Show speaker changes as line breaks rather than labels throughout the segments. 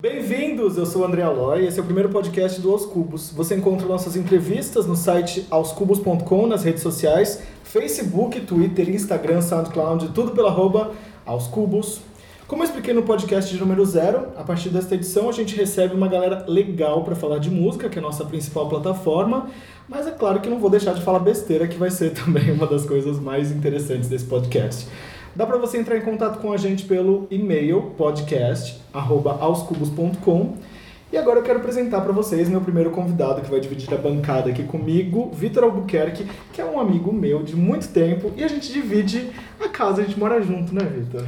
Bem-vindos, eu sou o André Aloy e esse é o primeiro podcast do Aos Cubos. Você encontra nossas entrevistas no site aoscubos.com, nas redes sociais, Facebook, Twitter, Instagram, SoundCloud, tudo pela arroba Aos Cubos. Como eu expliquei no podcast de número zero, a partir desta edição a gente recebe uma galera legal para falar de música, que é a nossa principal plataforma, mas é claro que não vou deixar de falar besteira, que vai ser também uma das coisas mais interessantes desse podcast. Dá para você entrar em contato com a gente pelo e-mail podcast@auscubos.com. E agora eu quero apresentar para vocês meu primeiro convidado que vai dividir a bancada aqui comigo, Vitor Albuquerque, que é um amigo meu de muito tempo e a gente divide a casa, a gente mora junto, né, Vitor?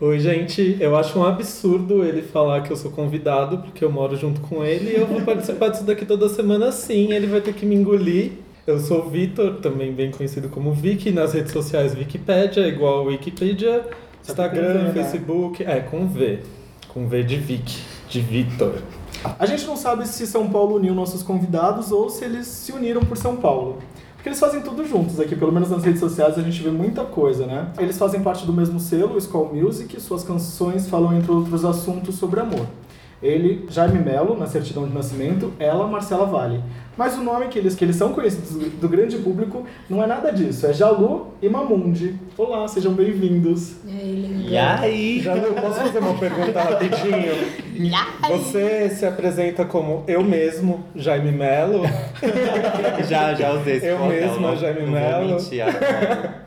Oi, gente. Eu acho um absurdo ele falar que eu sou convidado, porque eu moro junto com ele e eu vou participar disso daqui toda semana sim. Ele vai ter que me engolir. Eu sou o Vitor, também bem conhecido como Vic, nas redes sociais Wikipedia, igual Wikipedia,
Só que com V,
Instagram,
né?
Facebook. É, com V. Com V de Vic, de Vitor.
A gente não sabe se São Paulo uniu nossos convidados ou se eles se uniram por São Paulo. Porque eles fazem tudo juntos aqui, pelo menos nas redes sociais a gente vê muita coisa, né? Eles fazem parte do mesmo selo, School Music, e suas canções falam, entre outros assuntos, sobre amor. Ele, Jaime Melo, na certidão de nascimento, ela, Marcela Vale. Mas o nome que eles, que eles são conhecidos do- do grande público não é nada disso, é Jalu e Mamundi. Olá, sejam bem-vindos.
E aí,
E aí? Já eu posso fazer uma pergunta rapidinho? Você se apresenta como eu mesmo, Jaime Melo?
Já, já usei esse
Eu
bordão,
mesma,
não-
Jaime
não vou
Mello.
mentir agora.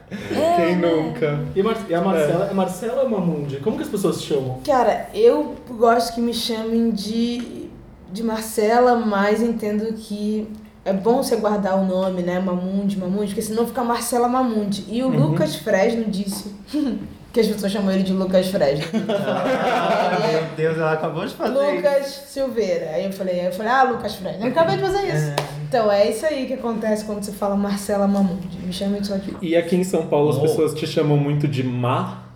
Quem nunca?
E, Mar e a Marcela, é Marcela ou Mamundi? Como que as pessoas se chamam?
Cara, eu gosto que me chamem de, de Marcela, mas entendo que é bom você guardar o nome, né? Mamundi, Mamundi, porque senão fica Marcela Mamundi. E o
Uhum.
Lucas Fresno disse que as pessoas chamam ele de Lucas Fresno.
Ah, meu Deus, ela acabou de fazer
Lucas Silveira. Aí eu falei, aí eu falei, ah, Lucas Fresno. Eu acabei de fazer isso. Então é isso aí que acontece quando você fala Marcela Mamundi. Me chamem só de.
E aqui em São Paulo as
Oh.
pessoas te chamam muito de Mar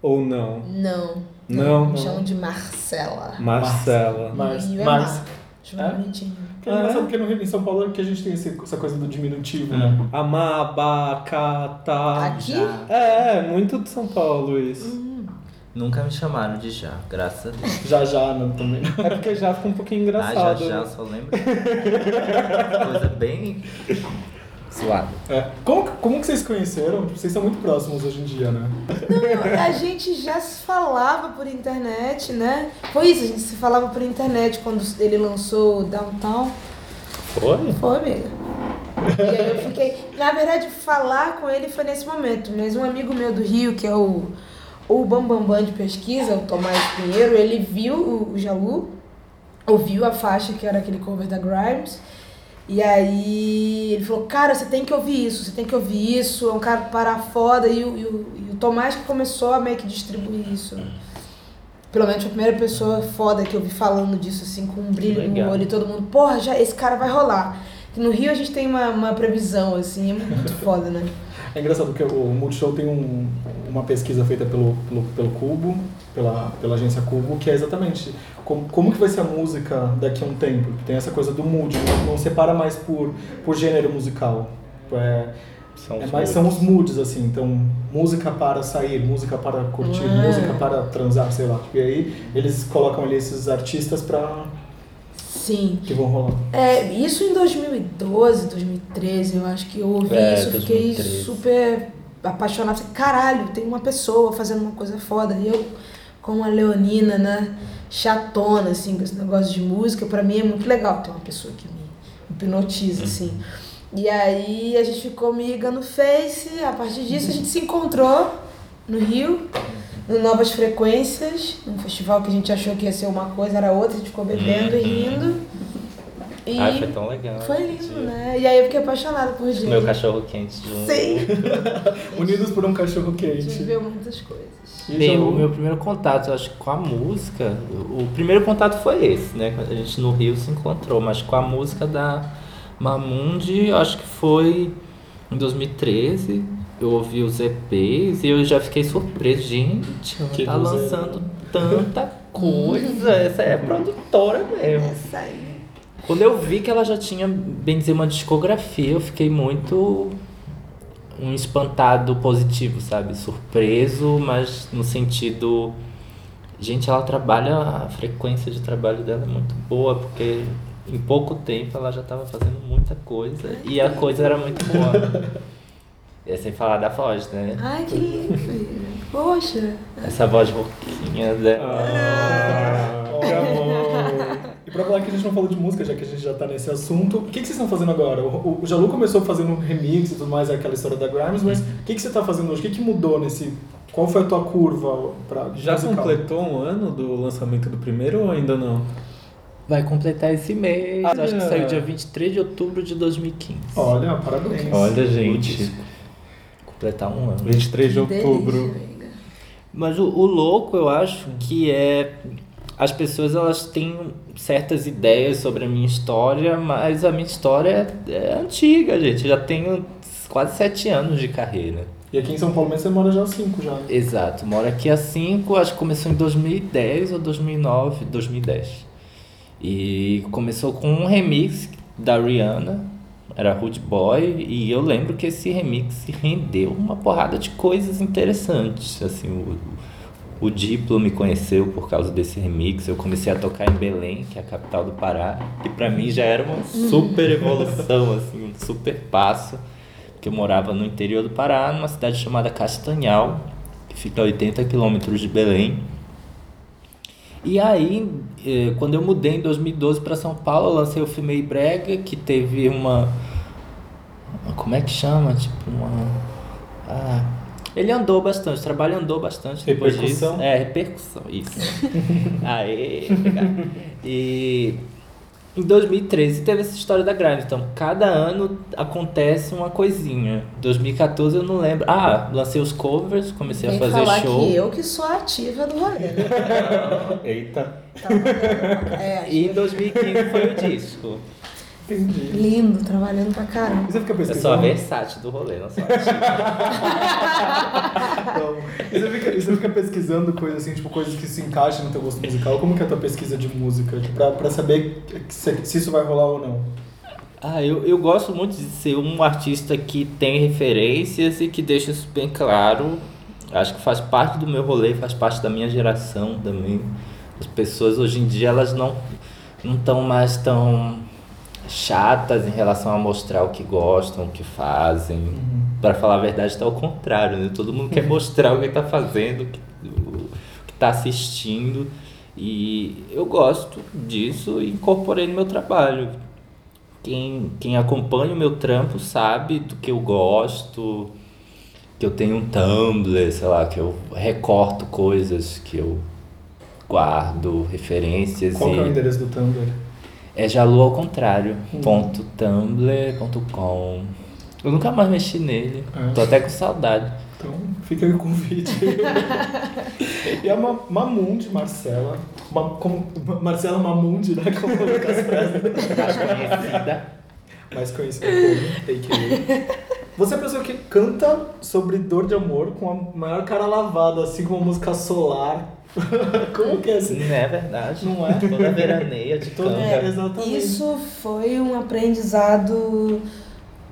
ou não?
Não.
Não, não.
Me chamam de Marcela.
Marcela.
Mar-
E é
Mar-
Mar. Acho mais
É?
bonitinho.
É engraçado porque no Rio, em São Paulo é que a gente tem esse- essa coisa do diminutivo, né?
Amabacatá.
Aqui? Hum.
Já.
É, é, muito de São Paulo isso.
Nunca me chamaram de já, graças a Deus.
Já já não, também.
É porque já fica um pouquinho
Ah, já,
engraçado.
né?
já, só lembro. Coisa bem suada.
É, como, que- como que vocês se conheceram? Tipo, Vocês são muito próximos hoje em dia, né?
A gente já se falava por internet, né? Foi isso, a gente se falava por internet quando ele lançou o Downtown.
Foi?
Foi, amiga. E aí eu fiquei. Na verdade, falar com ele foi nesse momento. Mas um amigo meu do Rio, que é o, o Bambambam de pesquisa, o Tomás Pinheiro, ele viu o, o Jalu, ouviu a faixa que era aquele cover da Grimes. E aí ele falou, cara, você tem que ouvir isso, você tem que ouvir isso, é um cara para foda. E o, e o, e o Tomás que começou a meio que distribuir isso. Pelo menos foi a primeira pessoa foda que eu vi falando disso, assim, com um brilho
Legal.
no olho e todo mundo, porra, já, esse cara vai rolar. Que No Rio a gente tem uma, uma previsão, assim, é muito foda, né?
É engraçado porque o Multishow tem um- uma pesquisa feita pelo, pelo, pelo Cubo, pela, pela agência Cubo, que é exatamente como, como que vai ser a música daqui a um tempo. Tem essa coisa do mood, não, não separa mais por, por gênero musical. É,
São
É, mas são os moods, assim, então música para sair, música para curtir, música para transar, sei lá. tipo, E aí eles colocam ali esses artistas pra
Sim.
que vão rolar.
É, isso em 2012, 2013, eu acho que eu ouvi
É,
isso, eu fiquei
2013.
super apaixonada. Falei, caralho, tem uma pessoa fazendo uma coisa foda. E eu, como a Leonina, né, chatona, assim, com esse negócio de música, pra mim é muito legal ter uma pessoa que me hipnotiza,
Uhum.
assim. E aí a gente ficou amiga no Face, a partir disso a gente se encontrou no Rio, no Novas Frequências, num festival que a gente achou que ia ser uma coisa, era outra, a gente ficou bebendo e rindo. E
Uhum. Ai, foi tão legal.
foi
esse
lindo,
dia.
né? E aí eu fiquei apaixonada por gente.
Meu cachorro quente um junto.
Sim,
Unidos por um cachorro
a gente
quente.
viveu muitas coisas.
E
Bem,
já-
o meu primeiro contato, eu acho que com a música, o primeiro contato foi esse, né? Quando A gente no Rio se encontrou, mas com a música da Mamundi, eu acho que foi em 2013. Eu ouvi os EPs e eu já fiquei surpreso, gente, ela
Que
tá
coisa.
lançando tanta coisa, essa é produtora mesmo.
Essa aí.
Quando eu vi que ela já tinha, bem dizer, uma discografia, eu fiquei muito um espantado positivo, sabe? Surpreso, mas no sentido Gente, ela trabalha, a frequência de trabalho dela é muito boa, porque em pouco tempo ela já estava fazendo muita coisa e a coisa era muito boa. É sem falar da voz, né?
Ai, que lindo. Poxa.
Essa voz rouquinha dela.
Ah, Ramon.
E pra falar que a gente não falou de música, já que a gente já tá nesse assunto, o que, que vocês estão fazendo agora? O, o- o Jalu começou fazendo remix e tudo mais, é aquela história da Grimes, mas o que, que você tá fazendo hoje? O que, que mudou nesse. Qual foi a tua curva pra.
Já
musical?
completou um ano do lançamento do primeiro ou ainda não?
Vai completar esse mês.
Ah,
acho que
é.
saiu dia 23 de outubro de 2015.
Olha, parabéns.
Olha,
disco.
gente.
Completar um ano.
23 de
Que
outubro.
delícia, amiga.
Mas o, o louco, eu acho que é. As pessoas elas têm certas ideias sobre a minha história, mas a minha história é, é antiga, gente. Eu já tenho quase sete anos de carreira.
E aqui em São Paulo mesmo você mora já há cinco já. né?
Exato, moro aqui há 5, acho que começou em 2010 ou 2009, 2010. E começou com um remix da Rihanna, era Rude Boy, e eu lembro que esse remix rendeu uma porrada de coisas interessantes, assim, o, o Diplo me conheceu por causa desse remix, eu comecei a tocar em Belém, que é a capital do Pará, e pra mim já era uma super evolução, assim, um super passo que eu morava no interior do Pará, numa cidade chamada Castanhal, que fica a 80 quilômetros de Belém. E aí, eh, quando eu mudei em 2012 para São Paulo, eu lancei o filme Ei Brega, que teve uma. uma- Como é que chama? Tipo, uma. ah, ele andou bastante, o trabalho andou bastante depois
Repercussão?
disso. É, repercussão, isso. Aê, obrigado. E em 2013 teve essa história da grade, então cada ano acontece uma coisinha. 2014 eu não lembro. Ah, lancei os covers, comecei
Vem
a fazer
falar
show.
que eu que sou a ativa do rolê, né?
Eita.
Tá valendo. É,
E em 2015 foi o disco.
Entendi.
lindo, trabalhando pra caramba.
E você fica
Eu
pesquisando.
sou a versátil do rolê, não sou a ativa.
Então, e você, fica, e você fica pesquisando coisas assim, tipo, coisas que se encaixam no teu gosto musical. Como que é a tua pesquisa de música? Tipo, Pra, pra saber se, se isso vai rolar ou não.
Ah, eu, eu gosto muito de ser um artista que tem referências e que deixa isso bem claro. Acho que faz parte do meu rolê, faz parte da minha geração também. As pessoas hoje em dia elas não não estão mais tão chatas em relação a mostrar o que gostam, o que fazem. Pra falar a verdade, tá ao contrário, né? Todo mundo quer mostrar o que tá fazendo, o que, o que tá assistindo. E eu gosto disso e incorporei no meu trabalho quem, quem acompanha o meu trampo sabe do que eu gosto, que eu tenho um Tumblr, sei lá, que eu recorto coisas que eu guardo, referências
Qual que é o
e
endereço do Tumblr?
é jalu ao contrário,
Hum.
ponto tumblr.com. Eu nunca mais mexi nele,
É.
tô até com saudade.
Então, fica aí o convite. e a Ma Mamundi, Marcela. Ma como- Ma- Marcela Mamundi, né? Como eu coloco as frases.
Mais conhecida.
Mais conhecida como AKA. Você é a pessoa que canta sobre dor de amor com a maior cara lavada, assim, com uma música solar. como que é assim?
Não é verdade?
Não é?
Toda veraneia de
Toda-
canga.
É, exatamente.
Isso foi um aprendizado,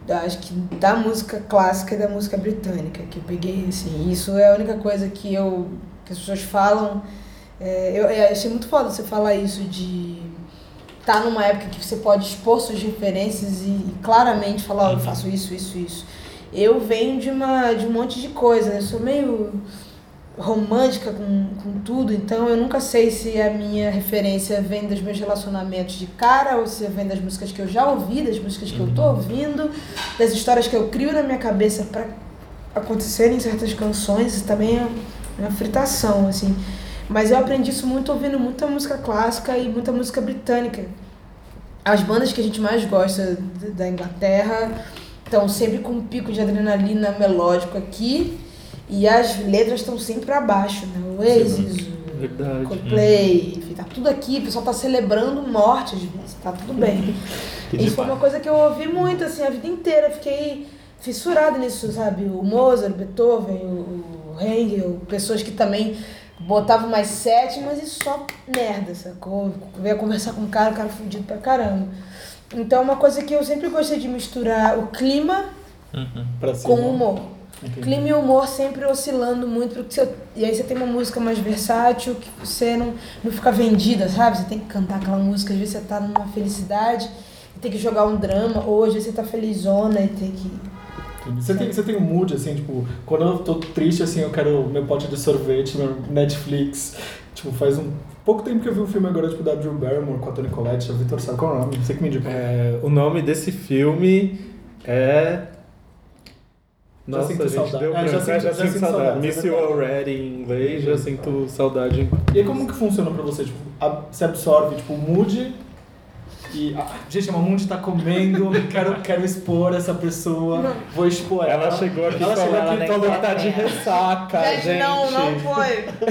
da- acho que da música clássica e da música britânica que eu peguei, assim. Isso é a única coisa que eu que as pessoas falam. É, eu, eu achei muito foda você falar isso de estar numa época que você pode expor suas referências e, claramente falar, ó, eu faço isso, isso, isso. Eu venho de, uma, de um monte de coisa, né? Eu sou meio romântica com, com tudo, então eu nunca sei se a minha referência vem dos meus relacionamentos de cara, ou se vem das músicas que eu já ouvi, das músicas que eu tô ouvindo, das histórias que eu crio na minha cabeça para acontecerem certas canções, isso também é uma fritação, assim. Mas eu aprendi isso muito ouvindo muita música clássica e muita música britânica. As bandas que a gente mais gosta d- da Inglaterra estão sempre com um pico de adrenalina melódico aqui e as letras estão sempre abaixo, né? O Oasis, o
Verdade.
Coldplay, enfim, tá tudo aqui, o pessoal tá celebrando morte, às vezes, tá tudo bem. Isso foi uma coisa que eu ouvi muito, assim, a vida inteira, fiquei fissurada nisso, sabe? O Mozart, o Beethoven, o o Handel, pessoas que também botavam mais sétimas e só merda, sacou? Eu ia conversar com o cara, o cara fudido pra caramba. Então é uma coisa que eu sempre gostei de misturar o clima
Pra cima.
com humor. Clima e humor sempre oscilando muito, porque você- e aí você tem uma música mais versátil, que você não, não fica vendida, sabe? Você tem que cantar aquela música, às vezes você tá numa felicidade e tem que jogar um drama, ou às vezes você tá felizona e tem que.
Você tem, você tem um mood, assim, tipo, quando eu tô triste, assim, eu quero meu pote de sorvete, meu Netflix. Tipo, faz um pouco tempo que eu vi um filme agora, tipo, da Drew Barrymore com a Toni Collette, a Vitor sabe qual é o nome, você que me indicou.
É, o nome desse filme é.
Já
Nossa,
sinto
gente,
saudade. É,
deu
já
branco. É,
sinto-
já,
já
sinto
sinto
saudade.
saudade,
Miss
é
You
verdade.
Already em inglês, já sinto saudade. em-
E aí, como que funciona pra você? Tipo, a- você absorve, tipo, o mood e... ah, gente, a Mamundi tá comendo, quero, quero expor essa pessoa, vou expor ela.
Ela chegou aqui
Ela chegou
falando
aqui
que
falou
falou que tá de ressaca, gente.
foi.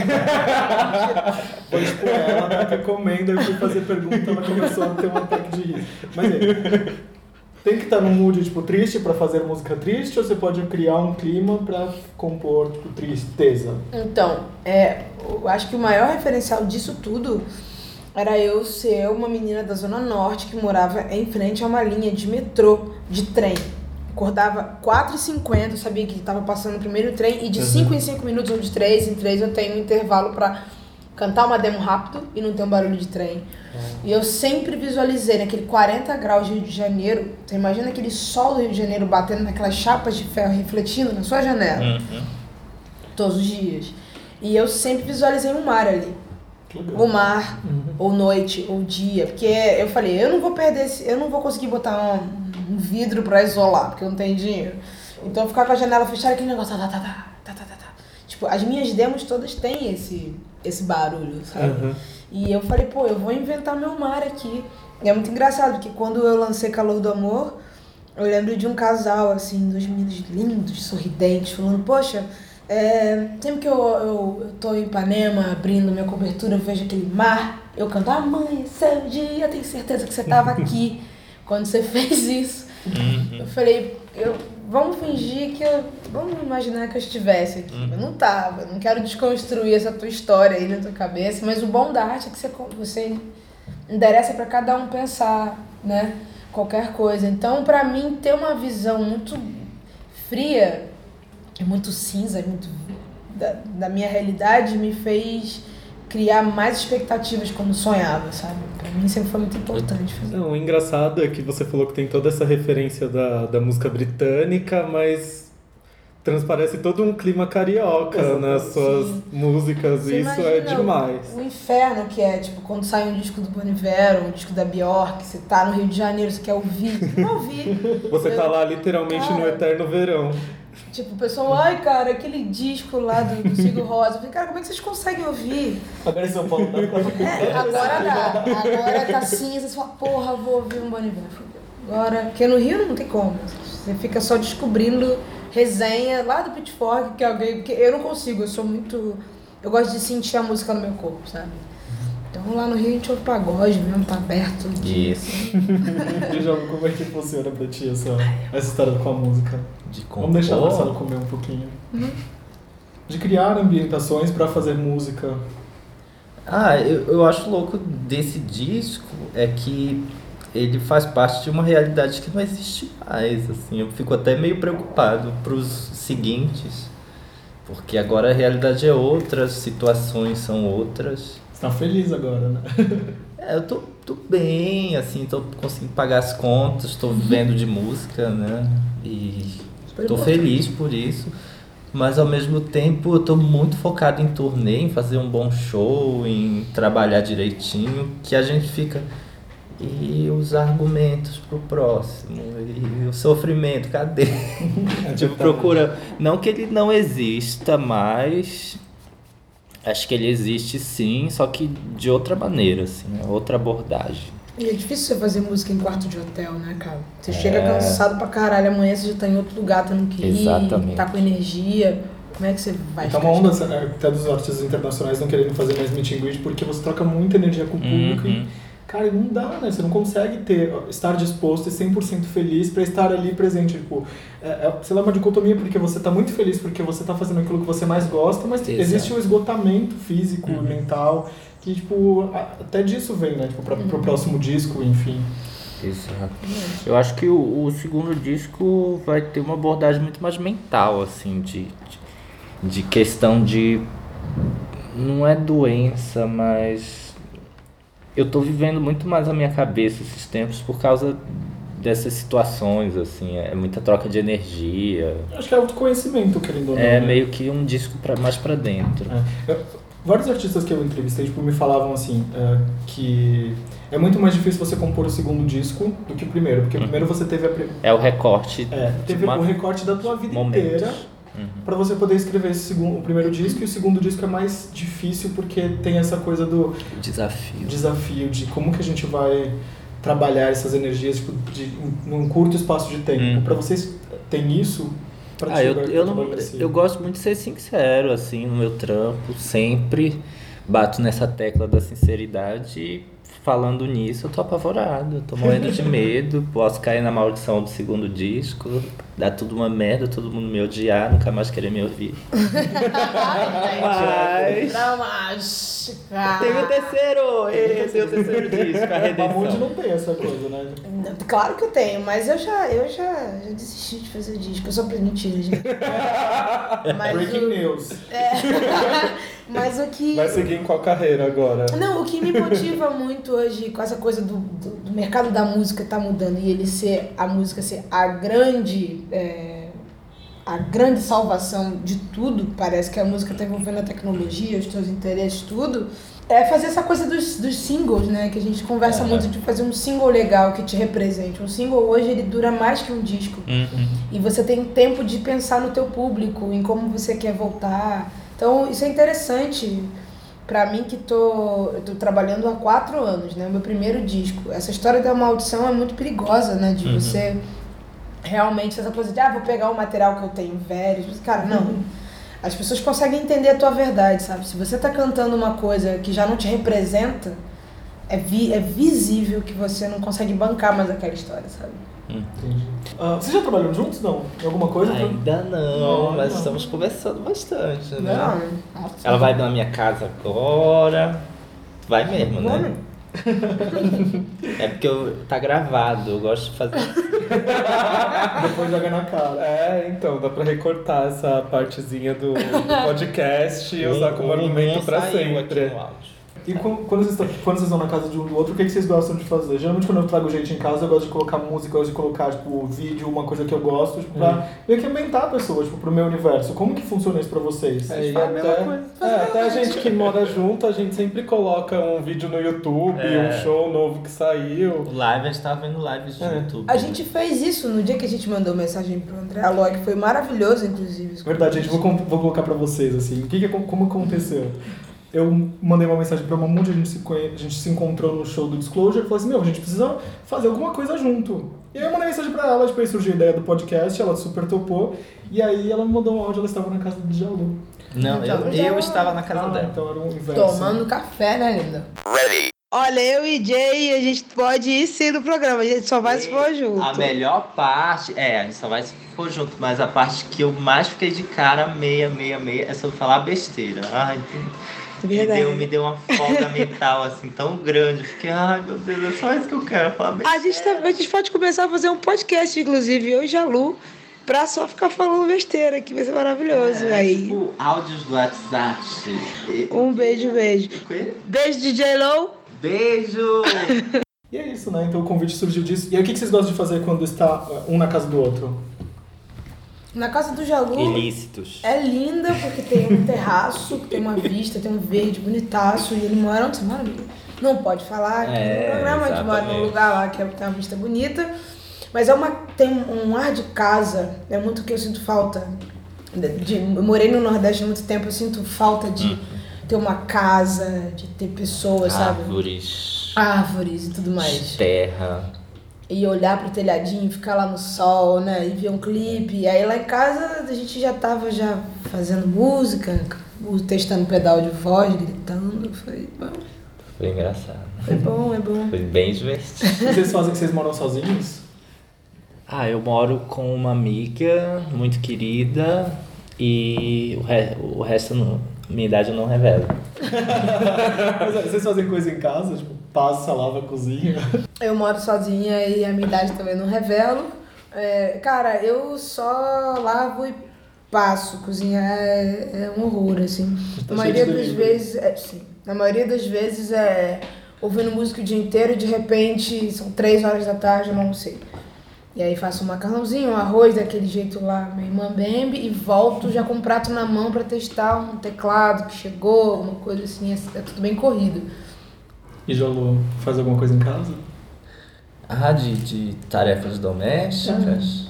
Vou expor ela, ela tá comendo, eu fui fazer pergunta, ela começou a ter um ataque de riso. Mas aí, tem que estar num mood, tipo, triste pra fazer música triste ou você pode criar um clima pra compor, tipo, tristeza?
Então, é, eu acho que o maior referencial disso tudo era eu ser uma menina da Zona Norte que morava em frente a uma linha de metrô, de trem. Acordava 4h50, sabia que estava passando o primeiro trem, e de 5 em 5 minutos, ou de 3 em 3, eu tenho um intervalo pra cantar uma demo rápido e não ter um barulho de trem. E eu sempre visualizei naquele 40 graus de Rio de Janeiro, você imagina aquele sol do Rio de Janeiro batendo naquelas chapas de ferro, refletindo na sua janela todos os dias. E eu sempre visualizei um mar ali.
Que legal.
Ou mar, ou noite, ou dia. Porque eu falei, eu não vou perder esse, eu não vou conseguir botar um, um vidro pra isolar, porque eu não tenho dinheiro. Então eu ficava com a janela fechada, aquele negócio, tá, tá, tá, tá, tá, tá, tá, tá. Tipo, as minhas demos todas têm esse, esse barulho, sabe?
Uhum.
E eu falei, pô, eu vou inventar meu mar aqui. E é muito engraçado, porque quando eu lancei Calor do Amor, eu lembro de um casal, assim, dois meninos lindos, sorridentes, falando, poxa, é, sempre que eu, eu, eu tô em Ipanema abrindo minha cobertura, eu vejo aquele mar, eu canto, ah, mãe, seu dia, tenho certeza que você tava aqui quando você fez isso.
Hum,
Eu falei, eu, vamos fingir que eu. Vamos imaginar que eu estivesse aqui. Eu não tava, eu não quero desconstruir essa tua história aí na tua cabeça, mas o bom da arte é que você, con- você endereça pra cada um pensar, né? Qualquer coisa. Então, pra mim, ter uma visão muito fria, e muito cinza, e muito da, da minha realidade, me fez criar mais expectativas quando sonhava, sabe? Pra mim sempre foi muito importante fazer.
Não, o engraçado é que você falou que tem toda essa referência da, da música britânica, mas transparece todo um clima carioca nas suas
Sim.
músicas,
Você
e isso é
imagina o-
demais.
O inferno que é, tipo, quando sai um disco do Bonivero, um disco da Bjork, você tá no Rio de Janeiro, você quer ouvir, não ouvir.
Você tá lá literalmente no
Cara.
eterno verão.
Tipo, o pessoal, ai, cara, aquele disco lá do, do Sigo Rosa. Eu falei, cara, como é que vocês conseguem ouvir?
Agora em São Paulo dá pra
É, agora dá. Agora tá cinza, você fala, porra, vou ouvir um Bonivero. Agora, porque no Rio não tem como. Você fica só descobrindo resenha lá do Pitchfork, que alguém... Porque eu não consigo, eu sou muito... Eu gosto de sentir a música no meu corpo, sabe? Então lá no Rio a gente ouve pagode mesmo, tá aberto. De...
Isso.
E jogo, como é que funciona pra ti essa, essa história com a música?
De compor.
Vamos deixar a Marcelo comer um pouquinho. De criar ambientações pra fazer música.
Ah, eu, eu acho louco desse disco é que ele faz parte de uma realidade que não existe mais, assim. Eu fico até meio preocupado pros seguintes, porque agora a realidade é outra, as situações são outras.
Você tá feliz agora, né?
É, eu tô, tô bem, assim, tô conseguindo pagar as contas, tô vivendo de música, né? E
Super
é.
tô
importante.
feliz por isso. Mas ao mesmo tempo eu tô muito focado em turnê, em fazer um bom show, em trabalhar direitinho, que a gente fica. E os argumentos pro próximo, e o sofrimento,
É
cadê? tipo, procura. Não que ele não exista, mas Acho que ele existe sim, só que de outra maneira, assim, né? outra abordagem.
E é difícil você fazer música em quarto de hotel, né, cara? Você
É.
chega cansado pra caralho, amanhã você já tá em outro lugar, tá no que ir,
Exatamente.
tá com energia. Como é que você vai
Tá
ficar
uma onda até dos artistas internacionais não querendo fazer mais meet and greet porque você troca muita energia com o público
Uhum.
e, cara, não dá, né? Você não consegue ter, estar disposto e 100% feliz pra estar ali presente. Tipo, é, é, sei lá, uma dicotomia porque você tá muito feliz porque você tá fazendo aquilo que você mais gosta, mas
Exato.
existe o esgotamento físico, mental, que, tipo, a- até disso vem, né? Tipo, pra, pro próximo disco, enfim.
Exato. Eu acho que o, o segundo disco vai ter uma abordagem muito mais mental, assim, de, de, de questão de. Não é doença, mas. Eu tô vivendo muito mais a minha cabeça esses tempos por causa dessas situações, assim. É muita troca de energia.
Acho que é autoconhecimento, querendo ou não.
É
né?
meio que um disco pra, mais pra dentro.
É. Eu- Vários artistas que eu entrevistei tipo, me falavam assim é, que é muito mais difícil você compor o segundo disco do que o primeiro, porque o primeiro você teve, a, pre-
É o recorte.
é, teve
de Uhum. uma- Uhum.
o recorte da tua vida
momentos.
inteira pra você poder escrever esse segundo, o primeiro disco e o segundo disco é mais difícil porque tem essa coisa do
Desafio.
desafio de como que a gente vai trabalhar essas energias tipo, de, em- num curto espaço de tempo.
Uhum.
Pra vocês tem isso? Pra
Ah, eu,
tirar-
eu, não,
trabalhar esse-
eu gosto muito de ser sincero, assim, no meu trampo, sempre bato nessa tecla da sinceridade e falando nisso, eu tô apavorado, eu tô morrendo de medo, posso cair na maldição do segundo disco, dar tudo uma merda, todo mundo me odiar, nunca mais querer me ouvir. Mas...
Dramática.
Teve o terceiro! Ê, Teve o terceiro disco, a
Mamundi
redenção.
não tem essa coisa, né?
Não, Claro que eu tenho, mas eu já, eu já, já desisti de fazer disco. Eu sou pra mentira, gente. Mas
Breaking
o, é.
news.
mas o que.
Vai seguir em qual carreira agora?
Não, o que me motiva muito hoje com essa coisa do, do, do mercado da música tá mudando e ele ser a música ser a grande é, a grande salvação de tudo, parece que a música tá envolvendo a tecnologia, os teus interesses, tudo, é fazer essa coisa dos, dos singles, né? Que a gente conversa muito de fazer um single legal que te represente. Um single hoje ele dura mais que um disco.
Uhum.
E você tem tempo de pensar no teu público, em como você quer voltar. Então, isso é interessante pra mim que tô, eu tô trabalhando há quatro anos, né? O meu primeiro disco. Essa história da maldição é muito perigosa, né?
Uhum.
De você realmente essa coisa de, ah, vou pegar o material que eu tenho velho. Cara, não. As pessoas conseguem entender a tua verdade, sabe? Se você tá cantando uma coisa que já não te representa, é, vi é visível que você não consegue bancar mais aquela história, sabe?
Entendi. Ah, vocês já trabalharam juntos, não? Em alguma coisa?
Ainda
Não,
não, mas
não.
estamos conversando bastante, né?
Não.
Ela vai na minha casa agora. Vai mesmo, né? É porque eu, tá gravado, eu gosto de fazer.
Depois joga na cara.
É, então, dá pra recortar essa partezinha do, do podcast e usar como argumento pra
saiu
sempre.
aqui no áudio.
E quan- quando vocês, estão, quando vocês vão na casa de um do outro, o que, que vocês gostam de fazer? Geralmente quando eu trago gente em casa, eu gosto de colocar música, eu gosto de colocar, tipo, vídeo, uma coisa que eu gosto, tipo, pra meio que ambientar a pessoa, tipo, pro meu universo. Como que funciona isso pra vocês?
É, e
Tipo,
até, é, até a gente que mora junto, a gente sempre coloca um vídeo no YouTube,
É.
um show novo que saiu.
O live, a gente tava vendo lives de
É.
YouTube.
A
né?
gente fez isso no dia que a gente mandou mensagem pro André Aloy, que foi maravilhoso, inclusive.
Verdade, gente, vou, con- vou colocar pra vocês, assim, o que que, acon- como aconteceu? Eu mandei uma mensagem pra Mamundi, a gente se, conhe... a gente se encontrou no show do Disclosure, e falei assim, meu, a gente precisa fazer alguma coisa junto. E aí eu mandei mensagem pra ela, depois surgiu a ideia do podcast, ela super topou, e aí ela me mandou um áudio, ela estava na casa do Djalu.
Não, eu, eu estava na casa dela.
então era um inverso.
Tomando café, né, linda? Olha, eu e Jay, a gente pode ir sim no programa, a gente só vai se for junto.
A melhor parte, é, a gente só vai se for junto, mas a parte que eu mais fiquei de cara, meia, meia, meia, é sobre falar besteira. Ai, me
Verdade.
deu, me deu uma folga mental assim tão grande. Eu Fiquei, ai meu Deus, é só isso que eu quero falar besteira.
A gente, tá- a gente pode começar a fazer um podcast, inclusive, eu e Jalu, pra só ficar falando besteira, que vai ser maravilhoso.
É,
tá aí.
tipo, áudios do WhatsApp.
Um beijo, beijo. Beijo, DJ Low.
Beijo!
E é isso, né? Então o convite surgiu disso. E aí o que que vocês gostam de fazer quando está uh, um na casa do outro?
Na casa do Jalu.
Ilícitos.
É linda porque tem um terraço, tem uma vista, tem um verde bonitaço e ele mora onde você mora? amigo? Não pode falar aqui
É,
no programa, a gente mora num
exatamente.
lugar lá que é- tem uma vista bonita, mas é uma, tem um ar de casa, é muito o que eu sinto falta. De, de- eu morei no Nordeste há muito tempo, eu sinto falta de
Uhum.
ter uma casa, de ter
Ah,
pessoas, sabe?
Árvores.
Árvores e tudo mais.
Terra.
E olhar pro telhadinho, ficar lá no sol, né? E ver um clipe. E aí lá em casa a gente já tava já fazendo música, o- testando pedal de voz, gritando. Foi bom,
Foi engraçado.
foi bom, é bom.
Foi bem divertido.
E vocês fazem que vocês moram sozinhos?
Ah, eu moro com uma amiga muito querida e o, re- o resto, eu não, minha idade eu não revelo.
Mas, olha, vocês fazem é, coisa em casa, tipo, passa, lava a cozinha.
Eu moro sozinha e a minha idade também não revelo. É, cara, eu só lavo e passo. Cozinhar é, é um horror, assim.
Tá
na maioria
cheio de
das
delivery.
vezes. É, sim. Na maioria das vezes é ouvindo música o dia inteiro e de repente são três horas da tarde, eu não sei. E aí faço um macarrãozinho, um arroz daquele jeito lá, meio mambembe, e volto já com um prato na mão pra testar um teclado que chegou, alguma coisa assim, é, é tudo bem corrido.
E Jalu faz alguma coisa em casa?
Ah, de, de tarefas domésticas?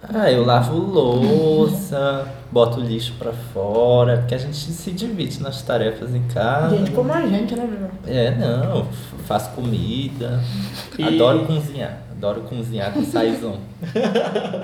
Ah, eu lavo louça, boto lixo pra fora, porque a gente se divide nas tarefas em casa.
gente como a gente, né, meu?
É, não, f- faço comida.
E-
Adoro cozinhar, adoro cozinhar com saizão.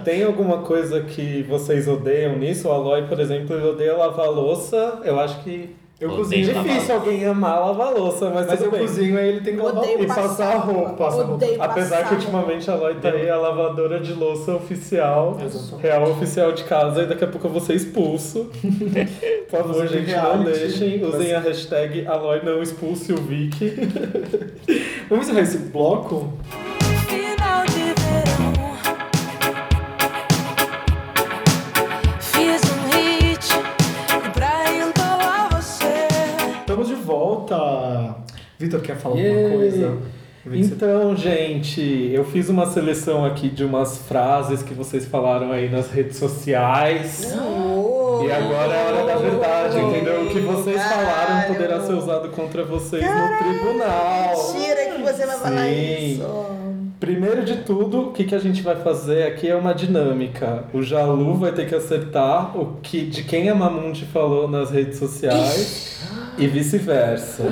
Tem alguma coisa que vocês odeiam nisso? O Aloy, por exemplo, ele odeia lavar louça. Eu acho que
Eu
Odeio
cozinho.
lavar
Difícil.
difícil alguém amar lavar louça, mas,
Mas eu
tudo bem.
cozinho, aí ele tem que lavar
Odeio
e
passar
passar a roupa. Passa a roupa.
Odeio
Apesar
passar.
que ultimamente a Loy tá aí a lavadora de louça oficial,
Exatamente.
real oficial de casa, e daqui a pouco eu vou ser expulso. Por favor,
Vamos de
gente, não
reality.
deixem.
Vai
Usem
ser-
a hashtag Aloy não expulse o Vic.
Vamos encerrar esse bloco?
Final de verão, fiz um hit pra entoar você.
Estamos de volta. Vitor, quer falar
Yay!
alguma coisa? Vê que você- tá
Então, gente, eu fiz uma seleção aqui de umas frases que vocês falaram aí nas redes sociais. E agora é a hora da verdade, entendeu? O que vocês falaram poderá ser usado contra vocês no tribunal.
Mentira que você vai falar
Sim.
isso.
Primeiro de tudo, o que, que a gente vai fazer aqui é uma dinâmica. O Jalu vai ter que acertar o que de quem a Mamundi falou nas redes sociais e vice-versa.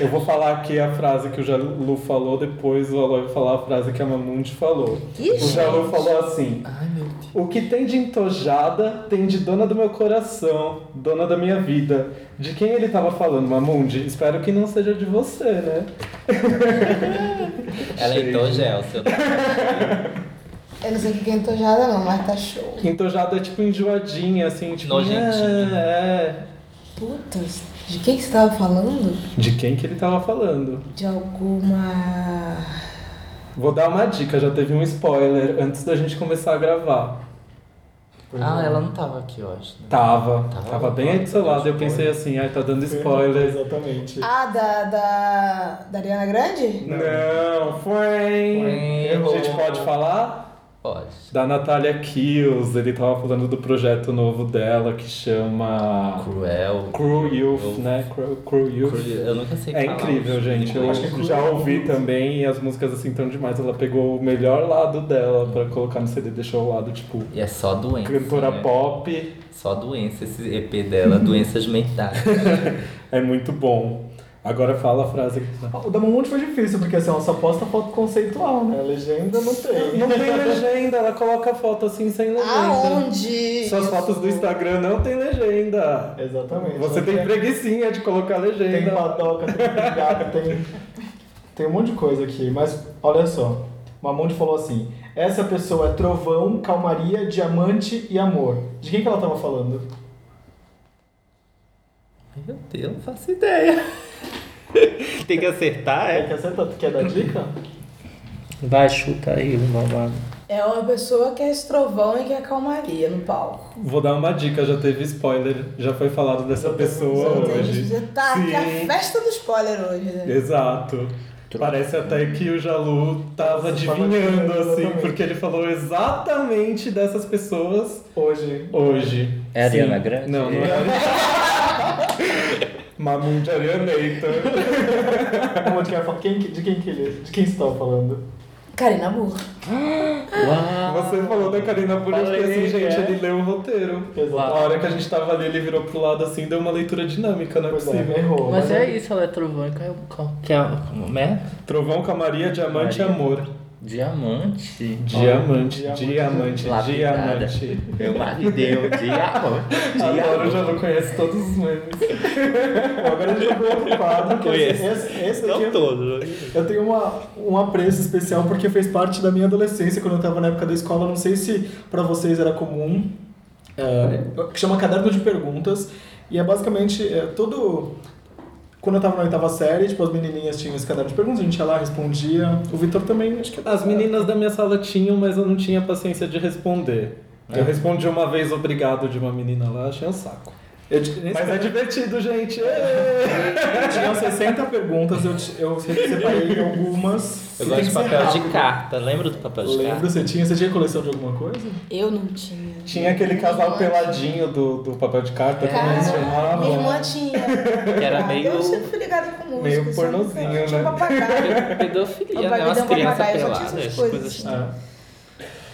Eu vou falar aqui a frase que o Jalu falou, depois o Aloy vai falar a frase que a Mamundi falou.
Ixi.
o Jalu falou assim:
Ai, meu Deus.
o que tem de entojada tem de dona do meu coração, dona da minha vida. De quem ele tava falando, Mamundi? Espero que não seja de você, né?
Ela
Cheio.
então gel, seu.
Eu não sei o que é entojada não, mas tá show.
Entojada é tipo enjoadinha, assim, tipo.
Nojentinha.
É,
Putz, de quem que você tava falando?
é. De quem que ele tava falando?
De alguma...
Vou dar uma dica, já teve um spoiler antes da gente começar a gravar.
Ah, ela não tava aqui, eu acho. né?
Tava,
Tava,
tava, bem aí do seu lado, eu
spoiler.
pensei assim, ai, tá dando
Foi-
spoiler.
Exatamente.
Ah, da, da, da Ariana Grande?
Não, foi.
Errou.
A gente pode falar?
Pode.
Da Natália Kills, ele tava falando do projeto novo dela que chama
Cruel.
Crew Youth,
Cruel.
né? Crew, Crew Youth.
Cruel. Eu nunca sei
É
falar um
incrível,
o-
gente. Eu
acho que é
já
Cruel
ouvi
Youth.
também e as músicas assim tão demais. Ela pegou o melhor lado dela pra colocar no CD, deixou o lado, tipo,
E é só doença.
cantora
né?
pop.
Só doença esse EP dela, doenças mentais.
É muito bom. Agora fala a frase que. tá
O da Mamonte foi difícil, porque assim, ela só posta foto conceitual, né? A legenda não tem.
Não tem legenda, ela coloca a foto assim sem legenda.
Aonde?
Suas fotos do Instagram não tem legenda.
Exatamente.
Você
Ela
tem
quer-
preguicinha de colocar
Tem
legenda.
padoca, tem piada, tem. Tem um monte de coisa aqui, mas olha só. Mamonte falou assim: essa pessoa é trovão, calmaria, diamante e amor. De quem que ela tava falando?
Meu Deus, não faço ideia. Tem que acertar,
É, quer, acertar, quer dar dica?
Vai, chuta aí, malvado.
É uma pessoa que é estrovão e que é calmaria no palco.
Vou dar uma dica, já teve spoiler, já foi falado dessa pessoa
Meu Deus,
hoje.
Você tá aqui a
Sim,
festa do spoiler hoje,
É.
né?
Exato. Parece até que o Jalu tava
Você tava
adivinhando,
adivinhando,
assim,
exatamente.
porque ele falou exatamente dessas pessoas
Hoje.
hoje.
É a Ariana
Sim.
Grande?
Não, não é. Mamundi Arianator.
Mamonte quer falar. Quem, que- de, quem que ele, de quem você tava falando?
Karina Burr.
Você falou da Karina Burr, eu fiquei assim, gente, ele leu o roteiro. A
Exato.
hora que a gente tava ali, ele virou pro lado assim, deu uma leitura dinâmica, não é
Pois
possível.
é, errou.
Mas é isso, ela é trovão e caiu. Que é, como é?
Trovão com a Maria, diamante e
Maria.
amor.
Diamante.
Diamante,
Diamante.
diamante,
Lapidada.
diamante.
Meu marido, diamante.
Agora eu já não conheço todos os memes.
Agora a gente vai pro outro quadro. Que esse,
Conheço.
esse, esse daqui
Não né?
é
todo.
Eu tenho uma, um apreço especial porque fez parte da minha adolescência quando eu estava na época da escola. Não sei se para vocês era comum, é, que chama Caderno de Perguntas e é basicamente é, todo Quando eu tava na oitava série, tipo, as menininhas tinham esse caderno de perguntas, a gente ia lá, respondia. O Vitor também, acho que...
As meninas da minha sala tinham, mas eu não tinha paciência de responder. Eu respondi uma vez obrigado de uma menina lá, achei um saco.
Eu, ti- nesse
Mas é
momento,
divertido, gente!
tinham 60 perguntas, eu, ti- eu separei algumas.
Eu gosto
E
de
tem que ser
papel de
rápido.
carta. Lembra do papel de
Lembro,
carta?
você tinha, você tinha coleção de alguma coisa?
Eu não tinha.
Tinha aquele casal peladinho do, do papel de carta, como eles
Cara, minha
chamavam.
irmã tinha.
Que era
Ah, Eu
meio-
sempre fui ligada com música.
Ah, meio
só não
pornozinho,
sei,
né?
Tinha um papagaio.
Pedofilia, né?
Papagaio
Umas
deu um
crianças
papagaio, eu já tinha
peladas,
essas
essas
coisas.
coisas. assim.
É.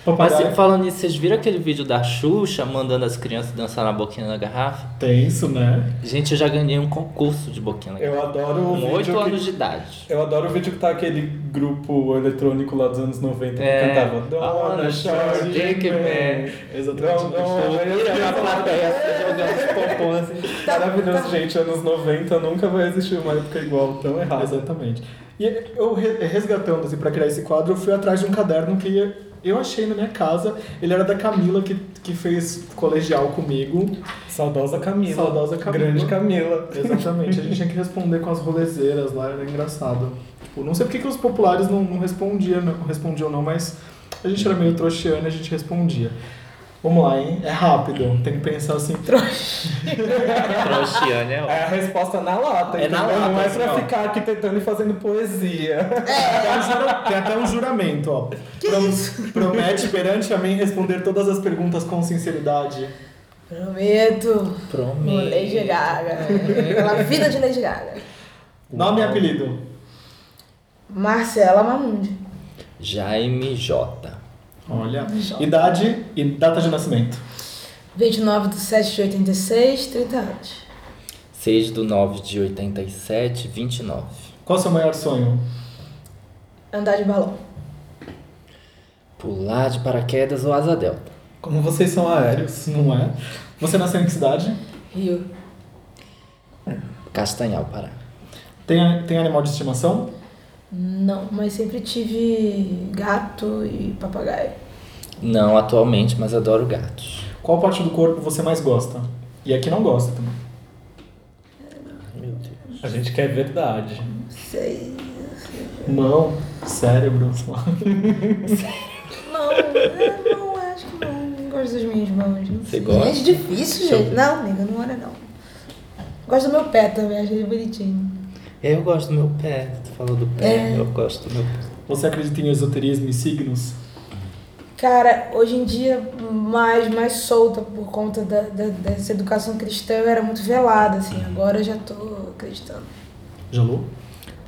Mas
Papagaio.
assim, falando nisso, vocês viram aquele vídeo da Xuxa mandando as crianças dançar na boquinha da garrafa?
Tenso, né?
Gente, eu já ganhei um concurso de boquinha na garrafa.
Eu adoro o
Com
vídeo.
8 anos
que...
de idade.
Eu adoro o vídeo que tá aquele grupo eletrônico lá dos anos 90
É.
um que cantava
Dona
Dona
Short
Short
Dick Man.
Exatamente.
Na plateia, assim, jogando os pompons assim.
Maravilhoso, gente. Anos 90 nunca vai existir uma época igual, tão errada.
Exatamente. E eu re- resgatando, assim, pra criar esse quadro, eu fui atrás de um caderno que eu achei na minha casa. Ele era da Camila, que, que fez colegial comigo.
Saudosa Camila.
Saudosa Camila.
Grande Camila.
Exatamente. A gente tinha que responder com as rolezeiras lá, era engraçado. Tipo, não sei porque que os populares não, não respondiam, não, respondiam não, mas a gente era meio trouxiano e a gente respondia. Vamos lá, hein? É rápido, tem que pensar assim.
Trouxiane é
É a resposta na lata,
É na
entendeu?
lata,
Não é
assim,
pra
ó.
ficar aqui tentando e fazendo poesia.
Tem, um jura- tem até um juramento, ó. Pro- Promete perante a mim responder todas as perguntas com sinceridade.
Prometo. Com
Prometo.
Lady Gaga. Pela vida de Lady Gaga.
Nome e apelido.
Marcela Mamundi.
Jaime J.
Olha. Idade e data de nascimento.
29 de 7 de 86, 30 anos.
6 do 9 de 87, 29.
Qual o seu maior sonho?
Andar de balão.
Pular de paraquedas ou asa delta.
Como vocês são aéreos.
Não é? Você nasceu em que cidade?
Rio.
Castanhal, Pará.
Tem, tem animal de estimação?
Não, mas sempre tive gato e papagaio.
Não atualmente, mas adoro gatos.
Qual parte do corpo você mais gosta? E aqui não gosta também.
Meu Deus.
A gente quer verdade.
Sei.
Mão, cérebro, sei lá.
Não, é, não, acho que não. Não gosto das minhas mãos. Não
Você
sei.
gosta?
É difícil,
Deixa eu
gente.
ver.
Não, nega, não olha não. Gosto do meu pé também, acho ele bonitinho.
Eu gosto do meu pé. Tu falou do pé,
É.
eu gosto do meu pé.
Você acredita em esoterismo e signos?
Cara, hoje em dia, mais, mais solta por conta da, da- dessa educação cristã, eu era muito velada, assim. Agora eu já tô acreditando.
Jalu?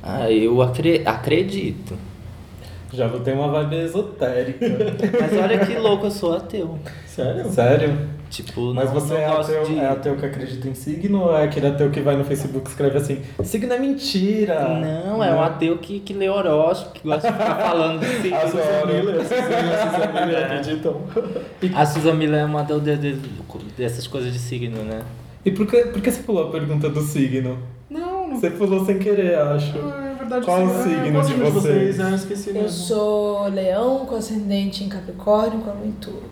Ah, eu acre- acredito.
Já vou ter uma vibe esotérica.
Mas olha que louco, eu sou ateu.
Sério?
Sério?
Tipo,
Mas
não,
você
não
é
gosto
ateu,
de...
é ateu que acredita em signo ou é aquele ateu que vai no Facebook e escreve assim, signo é mentira?
Não, é um ateu que, que lê horóscopo, que gosta de ficar falando de si.
A Susan
Adoro.
Miller, a Susan a Susan
É.
Miller acreditam.
A Susan Miller é uma da- de- de- dessas coisas de signo, né?
E por que, por que você pulou a pergunta do signo? Não. Você pulou sem querer, acho.
É verdade,
Qual o
sim. Ah,
signo
eu gosto
de
muito
vocês?
Ah, eu esqueci
Eu
mesmo.
sou leão com ascendente em Capricórnio, com a lua em touro.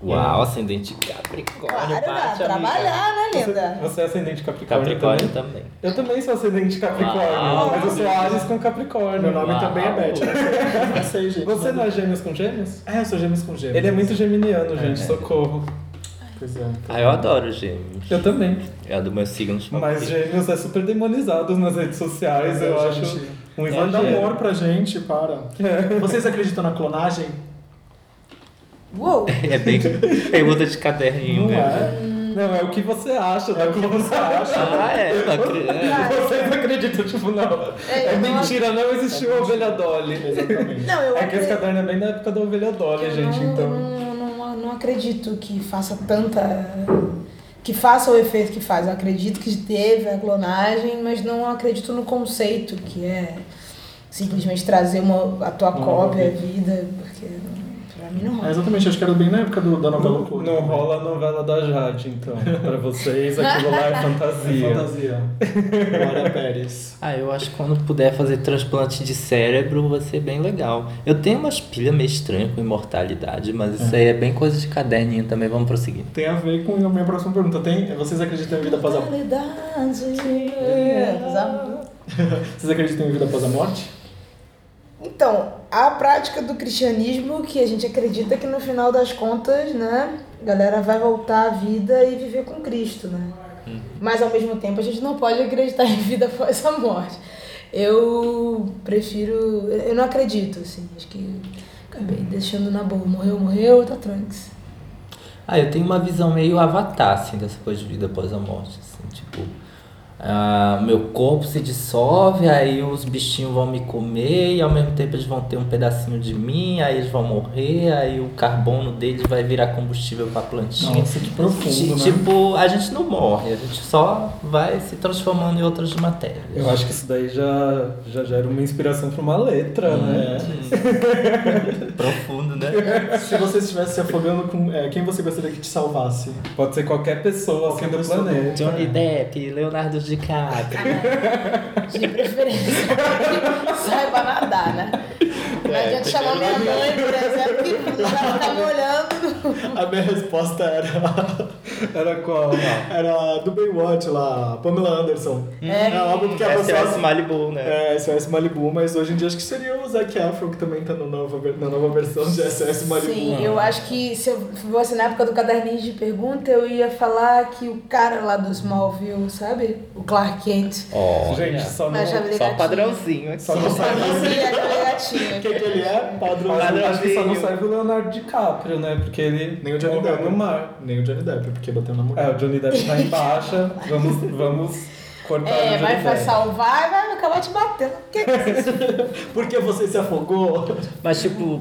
Uau, ascendente Capricórnio,
Claro, dá
bate, amiga.
trabalhar, né,
Você,
linda?
você é ascendente Capricórnio,
Capricórnio
também?
também.
Eu também sou ascendente Capricórnio,
Uau.
mas eu sou Ares com Capricórnio.
Meu nome
Uau.
também é Beth. Não sei, gente.
Você não é gêmeos com gêmeos?
É, eu sou gêmeos com gêmeos.
Ele é muito geminiano, gente, socorro.
Pois é.
Ah, eu adoro gêmeos.
Eu também.
É a do meu signo de
Mas
favorito.
gêmeos é super demonizado nas redes sociais, eu
É,
acho
gente.
um
É, dá amor
exagero.
pra gente, para.
É.
Vocês acreditam na clonagem?
Uou!
É bem pergunta de caderninho,
Não
né?
é?
Não, é o que você acha da clonagem.
Ah, é. não acre- é.
Vocês acreditam, tipo, não.
É,
É
eu não
mentira, não existiu a ovelha Dolly.
Exatamente.
Não, eu
É que esse
acredito.
caderno é bem da época da ovelha Dolly,
Eu
gente,
não,
então.
não, não, não acredito que faça tanta. que faça o efeito que faz. Eu acredito que teve a clonagem, mas não acredito no conceito que é simplesmente trazer uma, a tua
Uma
cópia à
nova
vida, porque. não- Pra mim não
É,
rola.
exatamente, acho que era bem na época do, da novela né?
Não,
Clube.
não rola a novela da Jade, então. Pra vocês, aquilo lá é fantasia.
É fantasia. Glória Pérez.
Ah, eu acho que quando puder fazer transplante de cérebro vai ser bem legal. Eu tenho umas pilhas meio estranhas com imortalidade, mas isso aí é bem coisa de caderninho também. Vamos prosseguir.
Tem a ver com a minha próxima pergunta. Tem, vocês acreditam em vida após a
É, Mortalidade.
Vocês acreditam em vida após a morte?
Então, a prática do cristianismo que a gente acredita que no final das contas, né, a galera vai voltar à vida e viver com Cristo, né? Mas ao mesmo tempo a gente não pode acreditar em vida após a morte. Eu prefiro. Eu não acredito, assim. Acho que acabei deixando na boa. Morreu, morreu, tá tranks.
Ah, eu tenho uma visão meio avatar, assim, dessa coisa de vida após a morte, assim, tipo... ah, meu corpo se dissolve, aí os bichinhos vão me comer e ao mesmo tempo eles vão ter um pedacinho de mim, aí eles vão morrer, aí o carbono deles vai virar combustível pra plantinha.
Nossa, que profundo,
Ti-
né?
Tipo, a gente não morre, a gente só vai se transformando em outras matérias.
Eu acho que isso daí já, já gera uma inspiração pra uma letra, né?
É.
Profundo, né?
Se você estivesse se afogando com. é, quem você gostaria que te salvasse?
Pode ser qualquer pessoa assim
Qualquer
do
pessoa.
planeta.
Johnny Depp, Leonardo DiCaprio.
De preferência, que saiba nadar, né? Não adianta chamar minha mãe, por exemplo, que ela tá me olhando.
A minha resposta era.
Era qual? Lá?
Era a do Baywatch lá, a Pamela Anderson.
É.
É óbvio porque a
SOS
pessoa.
Malibu, né?
É, SOS Malibu, mas hoje em dia acho que seria o Zac Afro, que também tá no nova, ver- na nova versão de SOS Malibu.
Sim, eu acho que se eu fosse na época do caderninho de pergunta, eu ia falar que o cara lá do Smallville, sabe? O Clark Kent.
Olha.
Gente, só não.
Mas já
Só um padrãozinho aqui.
Só não
Só
sai.
fazia
O que,
gatinho.
que ele é? Padrão.
Padrão.
Acho que só não
Padrãozinho.
sai o Leonardo DiCaprio, né? Porque ele
Nem o Johnny
morreu
Depp.
no mar.
Nem o Johnny Depp, porque bateu na
É,
mulher.
o Johnny Depp tá em baixa. Vamos, vamos cortar o
É,
Johnny
vai, vai
Depp.
salvar e vai acabar te batendo. Que que é isso?
Por que você se afogou?
Mas, tipo,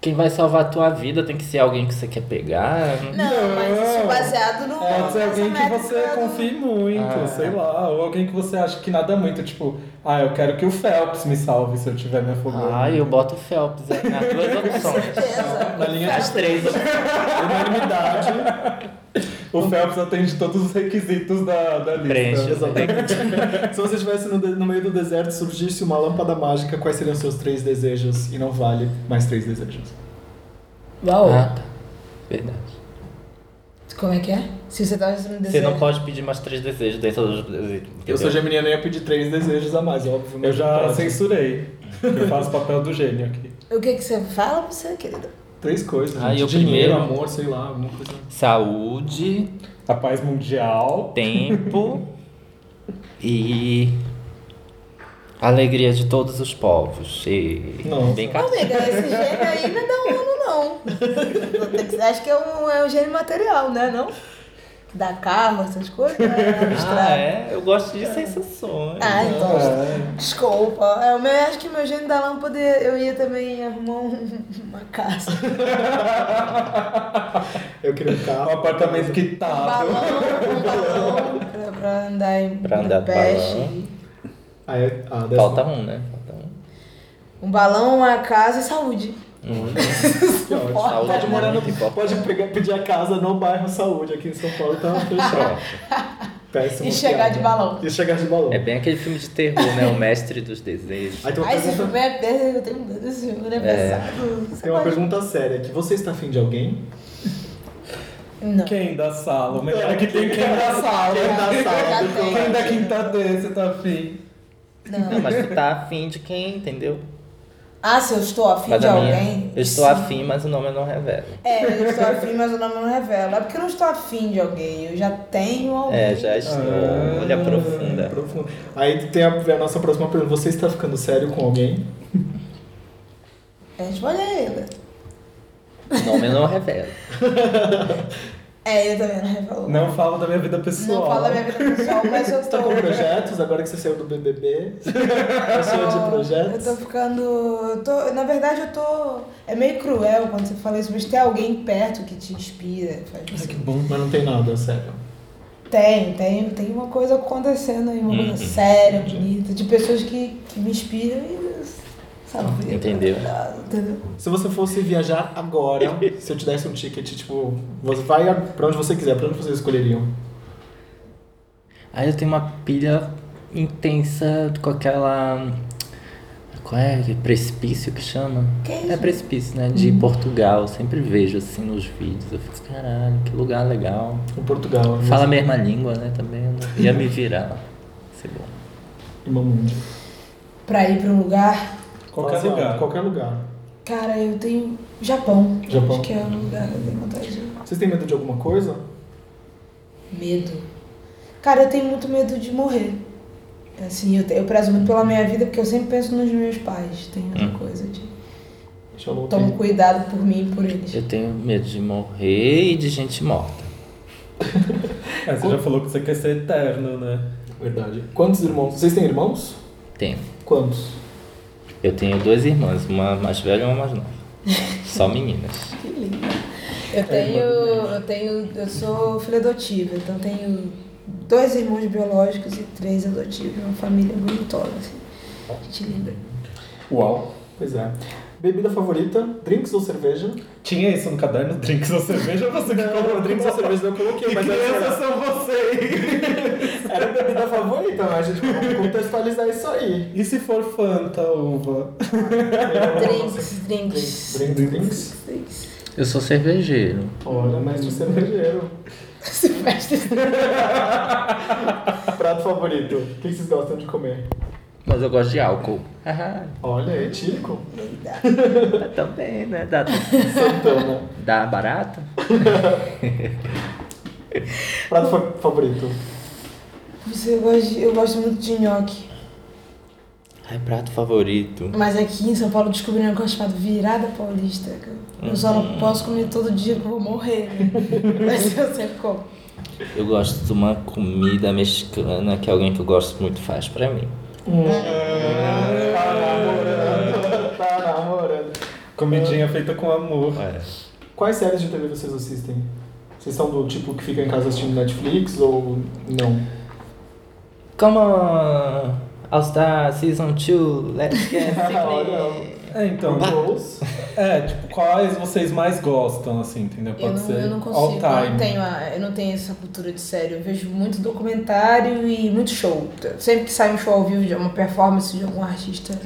quem vai salvar a tua vida tem que ser alguém que você quer pegar.
Não, mas isso é
Não.
baseado no.
Pode ser É alguém que
nessa
você
métrica é do-
confie muito,
Ah.
sei lá. Ou alguém que você acha que nada muito. Tipo, ah, eu quero que o Phelps me salve se eu tiver me afogando.
Ah, eu boto o Phelps aí nas duas opções.
Certeza.
Na linha
As três.
unanimidade.
O Phelps atende todos os requisitos da, da lista.
Preenche.
Se você estivesse no, de- no meio do deserto e surgisse uma lâmpada mágica, quais seriam seus três desejos? E não vale mais três desejos.
Uau.
Ah, tá. Verdade.
Como é que é? Se você tá no
Você
desenho.
não pode pedir mais três desejos dentro dos desejos.
Eu
entendeu?
sou geminiano e ia pedir três desejos a mais, óbvio. mas
Eu já
não pode.
censurei. Eu faço papel do gênio aqui.
O que, que você fala pra você, querida?
Três coisas.
Ah,
gente.
e o
Dinheiro,
primeiro?
amor, sei lá, alguma coisa.
Saúde,
A paz mundial.
tempo e alegria de todos os povos. E
Nossa.
bem
Ô,
ca-
Amiga, esse gênio aí não é da ONU, não. Tem que- Acho que é um, é um gênio material, né? Não? Que dá carro, essas coisas. Né?
Ah,
Abstrai.
é? Eu gosto de sensações.
Ah, então.
É.
Desculpa. É, o meu, acho que o meu gênio da lâmpada eu ia também arrumar um- uma casa.
Eu queria um carro.
Um apartamento
Ah,
tá
Um
quitado.
balão, um balão pra, pra andar em
Pra andar de
Budapeste.
balão.
Ah, é, ah, dessa-
Falta um, né? Falta um.
Um balão, uma casa e saúde.
Hum.
Que ótimo.
Saúde
Pode
é
morar no.
muito importante.
Tá Pode pegar, pedir a casa no bairro Saúde, aqui em São Paulo, tá fechado. Péssimo.
E chegar de balão.
E chegar de balão.
É bem aquele filme de terror, né? O Mestre dos Desejos.
Aí tem uma
Ai, esse
pergunta-
filme é eu tenho um dedo esse filme, é pesado. Você
Tem uma
pode-
pergunta séria aqui. Você está afim de alguém?
Não.
Quem da sala? O melhor é que tem quem da sala.
Quem da sala?
Obrigada,
do-
Quem da quinta D, você tá afim?
Não,
Não.
mas tu tá afim de quem, entendeu?
Ah, se eu estou afim
Mas
de
a
alguém.
minha. Eu estou afim, mas o nome eu não revelo.
É, eu estou afim, mas o nome não revela. É porque eu não estou afim de alguém, eu já tenho alguém.
É, já estou.
Ah.
Olha, profunda.
Profundo. Aí tem a, a nossa próxima pergunta. Você está ficando sério com alguém?
A gente vai olhar ele.
O nome eu não revelo.
É, ele também não revelou.
Não falo da minha vida pessoal.
Não fala minha vida pessoal, mas
Está
eu estou.
tá com projetos agora que você saiu do BBB? Pessoa de
Eu
projetos?
tô ficando. eu tô- na verdade, eu tô. É meio cruel quando você fala isso, mas tem alguém perto que te inspira. Faz você...
Bom, mas não tem nada, sério.
Tem, tem, tem uma coisa
Uhum.
acontecendo aí, uma coisa séria, bonita, de pessoas que, que me inspiram e Talvez.
Entendeu?
Entendeu?
Se você fosse viajar agora, se eu te desse um ticket, tipo, você vai a- pra onde você quiser, pra onde vocês escolheriam?
Aí eu tenho uma pilha intensa com aquela. Qual é? Precipício que chama?
Que
é
isso? Uhum.
precipício, né? De Portugal. Eu sempre vejo assim nos vídeos. Eu fico, caralho, que lugar legal.
Em Portugal.
Uhum.
né?
Fala a mesma língua, né? Também eu não ia me virar lá. Ser bom.
Em Mamundi.
Pra ir pra um lugar.
Qualquer
Fala,
lugar.
Qualquer lugar.
Cara, eu tenho. Japão.
Japão.
Acho que é um lugar que eu tenho vontade de ir.
Vocês têm medo de alguma coisa?
Medo. Cara, eu tenho muito medo de morrer. Assim, eu, te- eu prezo muito pela minha vida porque eu sempre penso nos meus pais. Tem essa coisa de.
Deixa eu voltar.
Tomo cuidado por mim e por eles.
Eu tenho medo de morrer e de gente morta.
É, você já falou que você quer ser eterno, né?
Verdade. Quantos irmãos? Vocês têm irmãos?
Tenho.
Quantos?
Eu tenho duas irmãs, uma mais velha e uma mais nova. Só meninas.
Que lindo. Eu tenho. Eu tenho. Eu sou filha adotiva, então tenho dois irmãos biológicos e três adotivos. Uma família bonitona, assim. Gente linda.
Uau.
Pois é. Bebida favorita, drinks ou cerveja?
Tinha isso no caderno, drinks ou cerveja, você que comprou drinks ou cerveja.
não coloquei, é
Que crianças são vocês?
era bebida favorita, mas a gente vamos contextualizar isso aí.
E se for Fanta, uva?
Drinks, drinks.
Drinks, drinks.
drinks.
Eu sou cervejeiro.
Olha, mas é de cervejeiro. Prato favorito. O que vocês gostam de comer?
Mas eu gosto de álcool. Haha,
Olha, é tílico.
Ah, Também, né? Dá,
Santana.
dá barato?
Prato fa- favorito.
Você, eu, gosto de- eu gosto muito de nhoque.
Ai, prato favorito.
Mas aqui em São Paulo descobri um negócio chamado virada paulista. que eu- Eu só não posso comer todo dia que eu vou morrer. né? Mas eu sempre como.
Eu gosto de uma comida mexicana que alguém que eu gosto muito faz pra mim.
Hum.
Tá namorando. Tá namorando.
Comidinha feita com amor.
Quais séries de TV vocês assistem? Vocês são do tipo que fica em casa assistindo Netflix ou não?
Come on! All Star Season 2, let's get
Olha.
it.
É, então.
Gols?
É, tipo, quais vocês mais gostam, assim, entendeu?
Eu
Pode
não,
ser
eu não
all
consigo, eu não,
time.
tenho a- eu não tenho essa cultura de série. Eu vejo muito documentário e muito show. Sempre que sai um show ao vivo de uma performance de algum artista,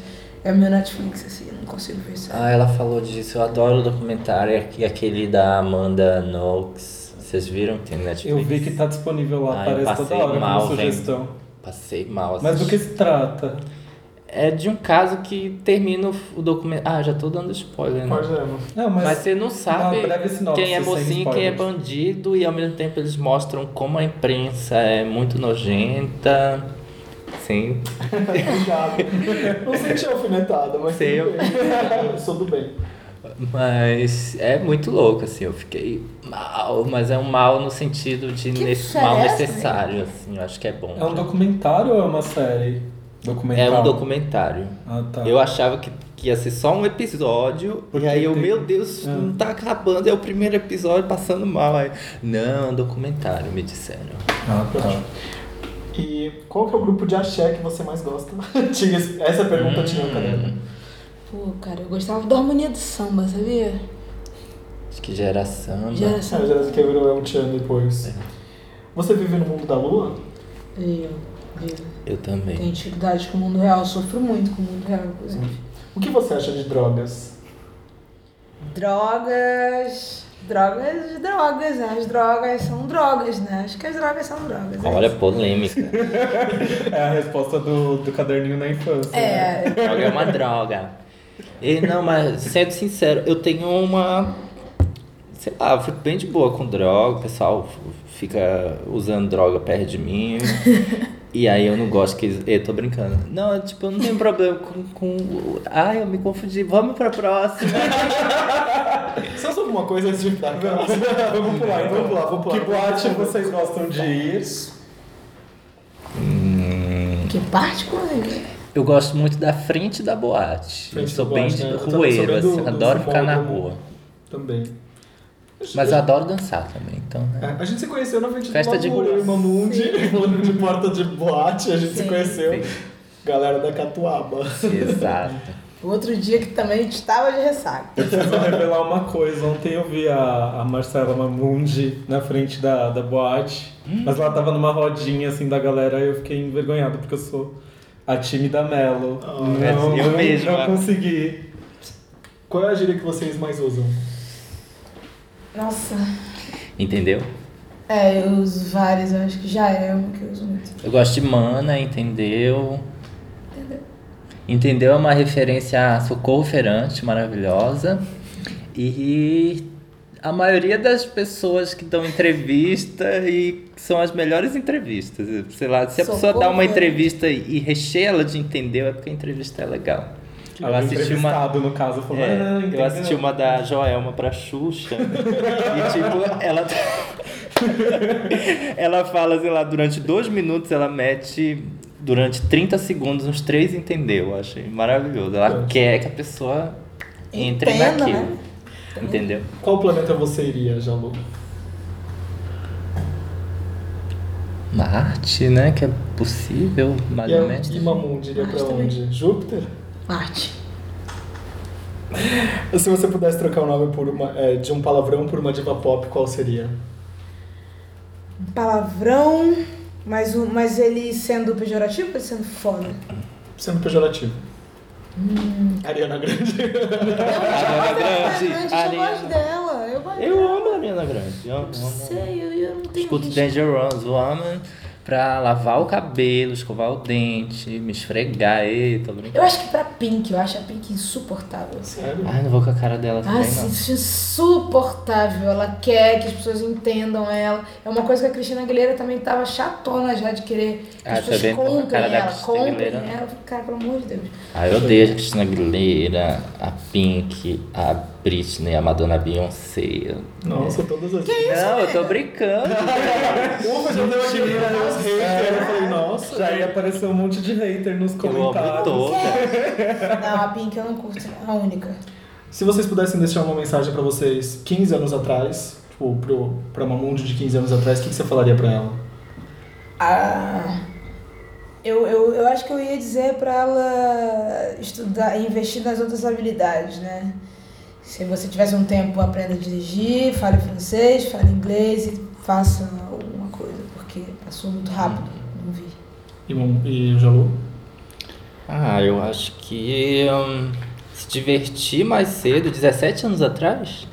é meu Netflix, assim, eu não consigo ver série.
Ah, ela falou disso. Eu adoro o documentário aqui, aquele da Amanda Knox. Vocês viram? Tem no Netflix.
Eu vi que tá disponível lá,
Ai,
aparece toda
Ah, passei
hora
mal,
como sugestão.
Passei mal assim.
Mas do que se trata?
É de um caso que termina o- o documentário. Ah, já tô dando spoiler, né?
Pode não.
Não,
Mas,
mas,
você não sabe
uma breve sinopse,
quem é
sem
mocinho e quem é
spoilers.
bandido, e ao mesmo tempo eles mostram como a imprensa é muito nojenta. Sim.
Obrigado. Não senti alfinetada, mas
Sei,
tudo bem. Eu sou do bem.
Mas é muito louco, assim, eu fiquei mal, mas é um mal no sentido de
Que
nesse-
série
mal
é essa,
necessário, assim, eu acho que é bom.
é um documentário ou é uma série?
É
Documentário.
um documentário.
Ah, tá.
Eu achava que, que ia ser só um episódio,
Porque
e aí eu,
tem-
meu Deus,
Ah.
não tá acabando, é o primeiro episódio passando mal. Aí, não, é um documentário, me disseram.
Ah, tá.
E qual que é o grupo de axé que você mais gosta? Tinha esse- essa pergunta tinha
Hum.
no caderno.
Pô, cara, eu gostava da harmonia do samba, sabia?
Acho que geração.
Ah,
Geração.
já quebrou é um tchan depois. Você vive no mundo da lua?
Eu, eu
Eu também.
tenho dificuldade com o mundo real, sofro muito com o mundo real, inclusive.
O que você acha de drogas?
Drogas. Drogas, drogas, né? As drogas são drogas, né? Acho que as drogas são drogas. é
Olha,
isso.
polêmica.
É a resposta do, do caderninho na infância. né?
É,
droga é uma droga. E não, mas sendo sincero, eu tenho uma. Sei lá, eu fico bem de boa com droga, o pessoal f- fica usando droga perto de mim. e aí eu não gosto que. Eu tô brincando. Não, tipo, eu não tenho problema com. com... Ai, eu me confundi. Vamos pra próxima.
Só sobre uma coisa antes de ficar.
Vamos pular, então.
Vamos pular, vamos pular.
Que boate vocês gostam de ir?
que parte com ele?
Eu gosto muito da frente da boate. eu
Frente
sou
da
bem
boate,
de
né? Eu tô- sou
rueiro,
bem do-
assim,
do
adoro ficar na
sambódromo.
rua.
Também.
Mas eu adoro dançar também, então. né?
É, A gente se conheceu na frente
Festa
do
de
Mamuri,
rua.
Mamundi, falando de porta de boate, a gente se
Sim.
conheceu. Galera da Catuaba.
Exato.
O outro dia que também estava de ressaca.
Preciso revelar uma coisa. Ontem eu vi a, a Marcela Mamundi na frente da, da boate.
Hum.
Mas ela tava numa rodinha, assim, da galera. E eu fiquei envergonhado, porque eu sou a time da Melo.
é,
não,
eu
não,
mesmo,
não
é.
consegui.
Qual é a gíria que vocês mais usam?
Nossa.
Entendeu?
É, eu uso várias, eu acho que já é uma que eu uso muito.
Eu gosto de mana, entendeu? Entendeu é uma referência a Socorro Ferante, maravilhosa. E a maioria das pessoas que dão entrevista e que são as melhores entrevistas. Sei lá, se a pessoa
Socorro
dá uma
Ferante.
entrevista e recheia ela de entendeu, é porque a entrevista é legal.
O
Ela assistiu uma,
entrevistado, no caso, falou...
é,
"Ah,
eu
entendeu?"
assisti uma da Joelma pra Xuxa. né? e tipo, ela. ela fala, sei lá, durante dois minutos ela mete. Durante 30 segundos, uns três entendeu. Eu achei maravilhoso. Ela quer que a pessoa entre
Entenda,
naquilo.
né?
Entendeu?
Qual planeta você iria, Jalu?
Marte, né? Que é possível, mais
E,
é
é um
um
ou
a,
menos.
e Mamundi iria pra
Acho também.
onde? Júpiter?
Marte.
Se você pudesse trocar o nome por uma- é, de um palavrão por uma diva pop, qual seria?
Um Palavrão, mas, o, mas ele sendo pejorativo ou ele sendo foda?
Sendo pejorativo. Ariana Grande.
Ariana Grande.
Antes eu gosto
Ariana...
dela, eu gosto
Eu
dela.
amo a Ariana Grande. Eu amo,
Não
amo, amo.
sei, eu, eu não tenho
Escuto
visto.
Danger Runs Woman pra lavar o cabelo, escovar o dente, me esfregar. Ei, tô brincando.
Eu acho que pra Pink, eu acho a Pink insuportável. assim.
Sério?
Ai, não vou com a cara dela
Ah,
também, não.
isso é insuportável. Ela quer que as pessoas entendam ela. É uma coisa que a Cristina Aguilera também tava chatona já de querer que
Ah,
as pessoas
também tô com a
comprem
cara da
ela,
Cristina
comprem
Aguilera, né?
ela. Eu fico, Cara, pelo amor de Deus.
Ai, Ah, eu odeio a Cristina Aguilera, a Pink, a Britney, a Madonna a Beyoncé. Eu-
Nossa, todas as.
Não, eu tô brincando.
Ufa, já deu aquele meus haters. Eu falei, nossa.
Já ia aparecer um monte de hater nos
Eu amo
comentários.
toda.
Não, a Pink eu não curto, a única.
Se vocês pudessem deixar uma mensagem pra vocês 15 anos atrás, tipo, pro, pra Mamundi de 15 anos atrás, o que, que você falaria pra ela?
Ah, eu, eu, eu acho que eu ia dizer pra ela estudar, investir nas outras habilidades, né? Se você tivesse um tempo, aprenda a dirigir, fale francês, fale inglês e faça alguma coisa, porque passou muito rápido, não vi.
E, Mam- e o Jalu?
Ah, eu acho que hum, se divertir mais cedo, 17 anos atrás?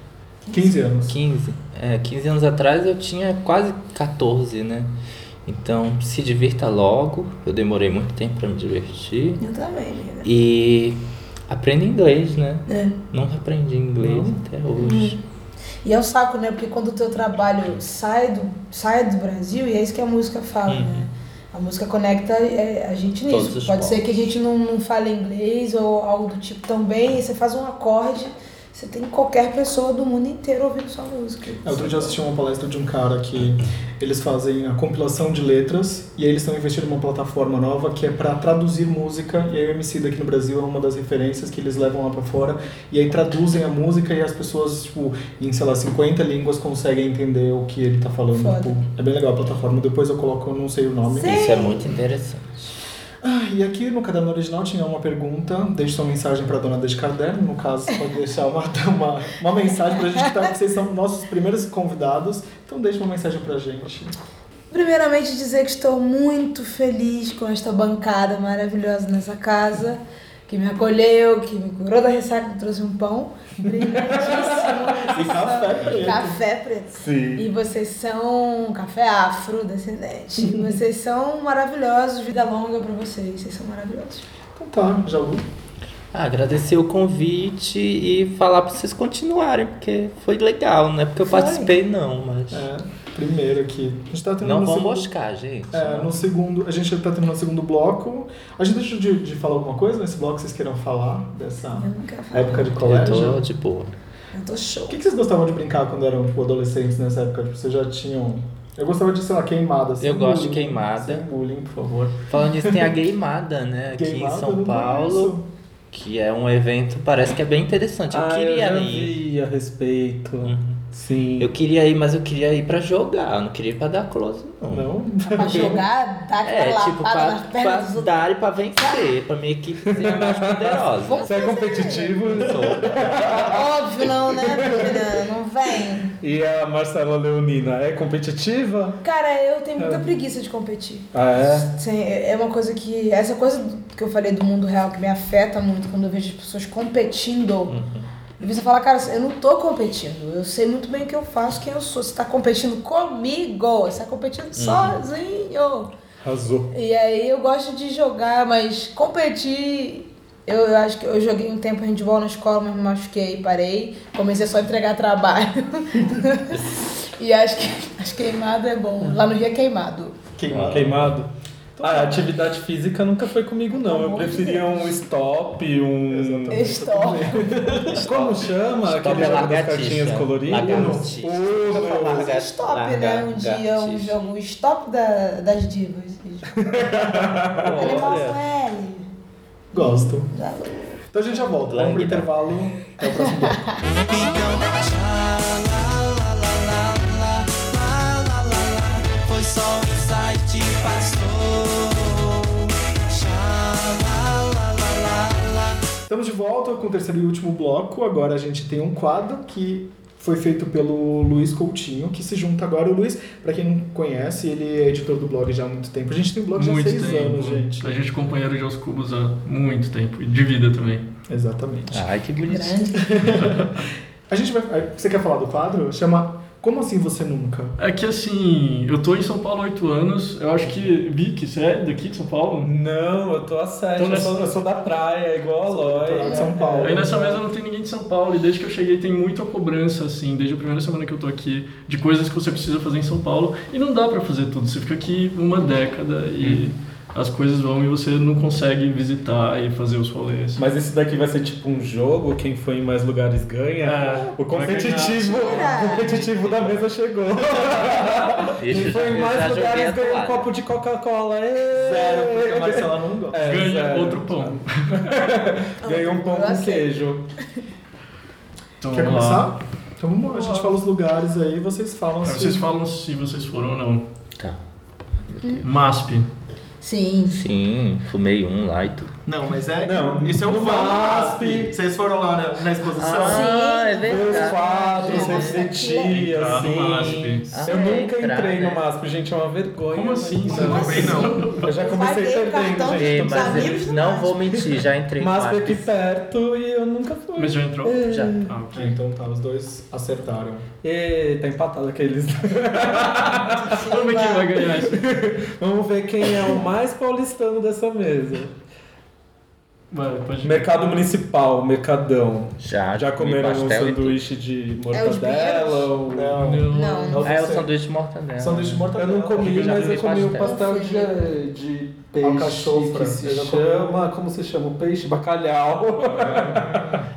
15 anos.
15. É, 15 anos atrás eu tinha quase 14, né? Então, se divirta logo. Eu demorei muito tempo pra me divertir.
Eu também, amiga.
E aprenda inglês, né?
É.
Nunca aprendi inglês até hoje.
E é um saco, né? Porque quando o teu trabalho sai do, sai do Brasil, e é isso que a música fala,
Uhum.
né? A música conecta é, a gente nisso.
Todos os
Pode ser
povos.
que a gente não, não fale inglês ou algo do tipo também, e você faz um acorde, você tem qualquer pessoa do mundo inteiro ouvindo sua música.
É, Outro dia eu assisti uma palestra de um cara que eles fazem a compilação de letras e aí eles estão investindo numa plataforma nova que é para traduzir música e aí o MC daqui no Brasil é uma das referências que eles levam lá para fora e aí traduzem a música e as pessoas, tipo, em, sei lá, 50 línguas conseguem entender o que ele tá falando.
Foda.
Tipo, é bem legal a plataforma, depois eu coloco, eu não sei o nome.
Sim.
Isso é muito interessante.
Ah, e aqui no caderno original tinha uma pergunta, deixe sua mensagem para dona deste caderno, no caso, pode deixar uma, uma, uma mensagem pra gente que tá, vocês são nossos primeiros convidados, então deixe uma mensagem pra gente.
Primeiramente dizer que estou muito feliz com esta bancada maravilhosa nessa casa, que me acolheu, que me curou da ressaca, me trouxe um pão. Brilhantíssimo.
E café preto.
Café preto.
Sim.
E vocês são um café afro descendente. E vocês são maravilhosos, vida longa pra vocês. Vocês são maravilhosos.
Então tá, já vou.
Ah, agradecer o convite e falar pra vocês continuarem, porque foi legal, não é porque eu
Foi.
participei não, mas.
É, primeiro aqui. A gente tá terminando
Não
o
vão
segundo-
moscar, gente.
É, no segundo, a gente tá terminando o segundo bloco. A gente deixou de, de falar alguma coisa nesse bloco que vocês queiram falar dessa
Eu nunca falo.
época de
eu
colégio?
tô de boa.
Eu tô show.
O que, que vocês gostavam de brincar quando eram tipo, adolescentes nessa época? Tipo, vocês já tinham. Eu gostava de, sei lá, queimada. sem
Eu gosto de
bullying.
queimada.
Sem bullying, por favor.
Falando nisso, tem a Gaymada, né? Aqui
Queimada,
em
eu
São
não
Paulo,
conheço.
que é um evento, parece que é bem interessante. Eu
Ah, eu
queria
já
ir.
vi a respeito. Sim.
Uhum. Eu queria ir, mas eu queria ir pra jogar, eu não queria ir pra dar close, não.
Não?
Pra jogar, dar
É,
aquela
tipo,
lapada
pra,
nas
pra
pernas dos outros.
dar e pra vencer, pra minha equipe ser mais poderosa. né?
Vamos-
Você é competitivo?
Óbvio, não, né, menina? Não vem.
E a Marcela Leonina é competitiva?
Cara, eu tenho muita preguiça de competir.
Ah, é?
Sim, é é uma coisa que. Essa coisa do- que eu falei do mundo real que me afeta muito quando eu vejo as pessoas competindo. E você fala, cara, eu não tô competindo. Eu sei muito bem o que eu faço, quem eu sou. Você tá competindo comigo, você tá competindo sozinho.
Arrasou.
E aí eu gosto de jogar, mas competir. Eu, eu acho que eu joguei um tempo handball na escola, mas me machuquei, parei. Comecei só a entregar trabalho. e acho que, acho que queimado é bom. Lá no Rio é queimado.
Queimado.
Queimado? Ah, atividade física nunca foi comigo, não.
Tá
Pelo
Eu
amor de
preferia um stop, um.
Estou.
Como
Stop
chama? Aquele
é
jogo das
lagartixa.
cartinhas coloridas?
Lagartixa.
Uno.
Larga-
Stop, né?
larga-
Um dia, um
gatis.
jogo stop da, das divas. Animal
Olha,
L.
Gosto.
Já-
Então a gente já volta. Vamos pro
Lânguida.
intervalo. Até o próximo bloco.
Foi só um site passou.
Estamos de volta com o terceiro e último bloco. Agora a gente tem um quadro que foi feito pelo Luiz Coutinho, que se junta agora. O Luiz, pra quem não conhece, ele é editor do blog já há muito tempo. A gente tem um blog já há
Muito
seis
tempo.
anos, gente.
A gente é companheiro de aos cubos há muito tempo. E de vida também.
Exatamente.
Ai, que bonitinho.
Grande.
A gente vai. Você quer falar do quadro? Chama Como Assim Você Nunca?
É que assim, eu tô em São Paulo há oito anos. Eu acho que. Vicky, você é daqui de São Paulo?
Não, eu tô a sete.
Então
eu,
nós-
sou, eu sou da praia, igual a Loi.
De São Paulo.
Aí nessa mesa não tem ninguém de São Paulo, e desde que eu cheguei tem muita cobrança, assim, desde a primeira semana que eu tô aqui, de coisas que você precisa fazer em São Paulo, e não dá pra fazer tudo, você fica aqui uma década e as coisas vão e você não consegue visitar e fazer os rolês.
Mas esse daqui vai ser tipo um jogo, quem foi em mais lugares ganha.
É,
o competitivo,
ganhar.
o competitivo da mesa chegou. Quem foi em mais lugares ganhou um copo de Coca-Cola. Ê!
Zero, porque a Marcela não gosta.
É,
Ganha
zero.
outro pão.
Ganhou um pão
Eu
com
aceito.
queijo.
Então,
Quer
vamos lá.
começar? Então vamos lá, a gente fala os lugares aí, vocês falam
Aí vocês
se-
falam se vocês foram ou não.
Tá.
MASP.
Sim.
Sim, fumei um lá e tudo.
Não, mas é.
Não,
Esse é
no
o
MASP.
VASP. Vocês foram lá na, na exposição.
Ah, é
Meus
verdade.
quadros,
Nossa,
sentia,
Entrar no
assim.
MASP.
Eu
Ah, é
nunca
entrar,
entrei no
né?
MASP, gente, é uma vergonha.
Como assim?
Não,
Você não
assim?
vem, não.
Eu já comecei
Paguei o cartão
perdendo,
de
É,
gente.
Os amigos
mas
do
eu não
Vasco.
vou mentir, já entrei no
MASP é aqui
Artes.
perto e eu nunca fui.
Mas já entrou?
Já.
Ah,
É,
ok.
então tá, os dois acertaram.
Ê, tá empatado aqueles.
Vamos ver quem é vai ganhar isso.
Vamos ver quem é o mais paulistano dessa mesa.
Vai, pode ir.
Mercado Municipal, Mercadão.
Já,
Já
comi
comeram um
pastel e tudo.
sanduíche de mortadela?
Pinheiros?
ou-
Não, não.
É o sanduíche de mortadela.
Sanduíche de mortadela.
Eu não comi,
Eu já
mas eu
comi
comi um
pastel.
pastel de, de peixe
Alcachofra.
que se
Eu já comi.
chama... Como se chama? o Peixe? Bacalhau.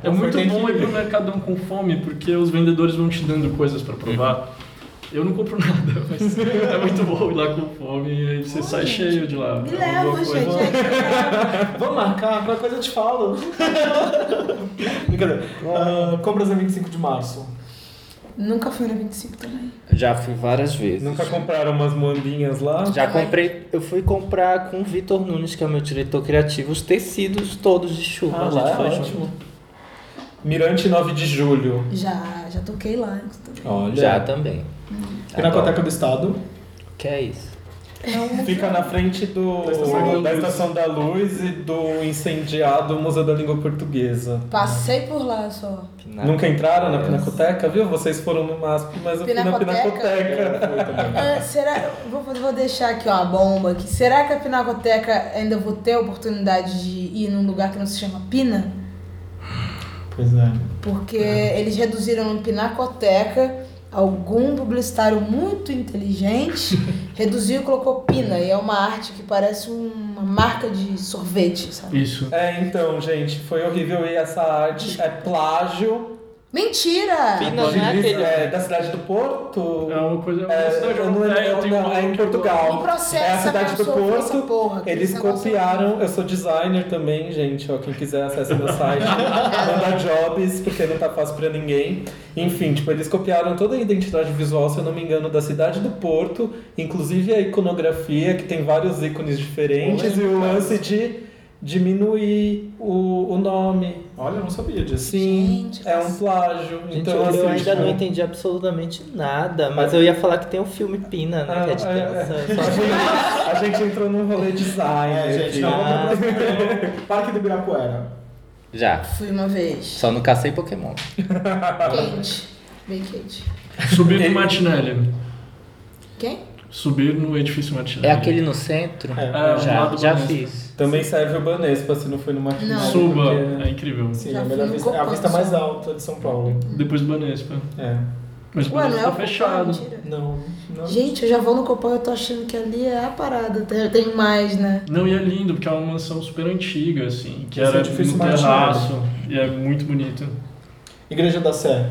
É muito
Tem
bom
que-
ir pro mercadão com fome, porque os vendedores vão te dando coisas pra provar. Eu não compro nada, mas é muito bom ir lá com fome e aí você sai cheio de lá.
Me
Alguma
leva,
coisa.
gente. é que-
Vamos marcar, qualquer coisa eu te falo. Brincadeira. Ah, compras a 25 de março.
Nunca fui na 25 também.
Já fui várias vezes.
Nunca compraram umas mandinhas lá?
Já comprei, eu fui comprar com o Vitor Nunes, que é o meu diretor criativo, os tecidos todos de chuva.
Ah,
A
lá
gente
é
foi
ótimo. Mirante 9 de julho.
Já, já toquei lá. inclusive.
junto. Já também.
Pinacoteca do Estado.
Que é isso?
Fica na frente do, da,
Estação
estação
da
da
Luz.
Luz e do incendiado Museu da Língua Portuguesa.
Passei por lá só.
Né?
Nunca entraram na Pinacoteca, viu? Vocês foram no MASP, mas eu fui na
Pinacoteca?
Pinacoteca.
Ah, será. Vou, vou deixar aqui uma bomba aqui. Será que a Pinacoteca ainda vou ter a oportunidade de ir num lugar que não se chama Pina?
Pois é.
Porque eles reduziram no Pinacoteca. Algum publicitário muito inteligente reduziu e colocou Pina. E é uma arte que parece uma marca de sorvete, sabe?
Isso.
É, então, gente, foi horrível. E essa arte é plágio
Mentira!
Pinas não é aquele.
É, da cidade do Porto?
É uma coisa. É,
É,
uma cidade
eu não, lembro-
europeia, tem um
não, é em
nome que eu-
Portugal.
Me processa,
é a cidade do
meu, eu sou essa
Porto.
porra, que
Eles
esse negócio- é
copiaram, eu sou designer também, gente, ó, quem quiser acessa meu site, manda jobs, porque não tá fácil pra ninguém. Enfim, tipo, eles copiaram toda a identidade visual, se eu não me engano, da cidade do Porto, inclusive a iconografia, que tem vários ícones diferentes, e o lance de diminuir o, o nome.
Olha, eu não sabia disso.
Sim,
Gente,
é um plágio.
Gente,
então,
eu
assim,
ainda
tipo,
não entendi absolutamente nada, mas eu ia falar que tem um filme Pina, né? que é de
Ah, é,
dança.
a
Só-
gente, a gente entrou num rolê design. assim.
É,
aqui.
gente, não, vamos pro próximo. Parque do Ibirapuera.
Já.
Fui uma vez.
Só não cacei Pokémon.
Ah, tá.
Quente. Bem quente.
Subir no Martinelli.
Quem?
Subir no edifício Martinelli.
É aquele no centro?
É, ao
já
lado do
já
Banespa.
fiz.
Também serve o Banespa, se não foi no Martinelli.
Não.
Suba,
porque-
é incrível.
Sim,
Já
é a, melhor
fui
vista, é a
Copan,
vista mais
só.
alta de São Paulo.
Depois do Banespa.
É.
Mas o
Ué, não é
Banespa
o
tá
Copan,
fechado.
mentira.
Não, não.
Gente, eu já vou no Copan, eu tô achando que ali é a parada. Tem, tem mais, né?
Não, e é lindo, porque é uma mansão super antiga, assim, que
Esse
era
edifício
no
Martinelli.
terraço, e é muito bonito.
Igreja da Sé.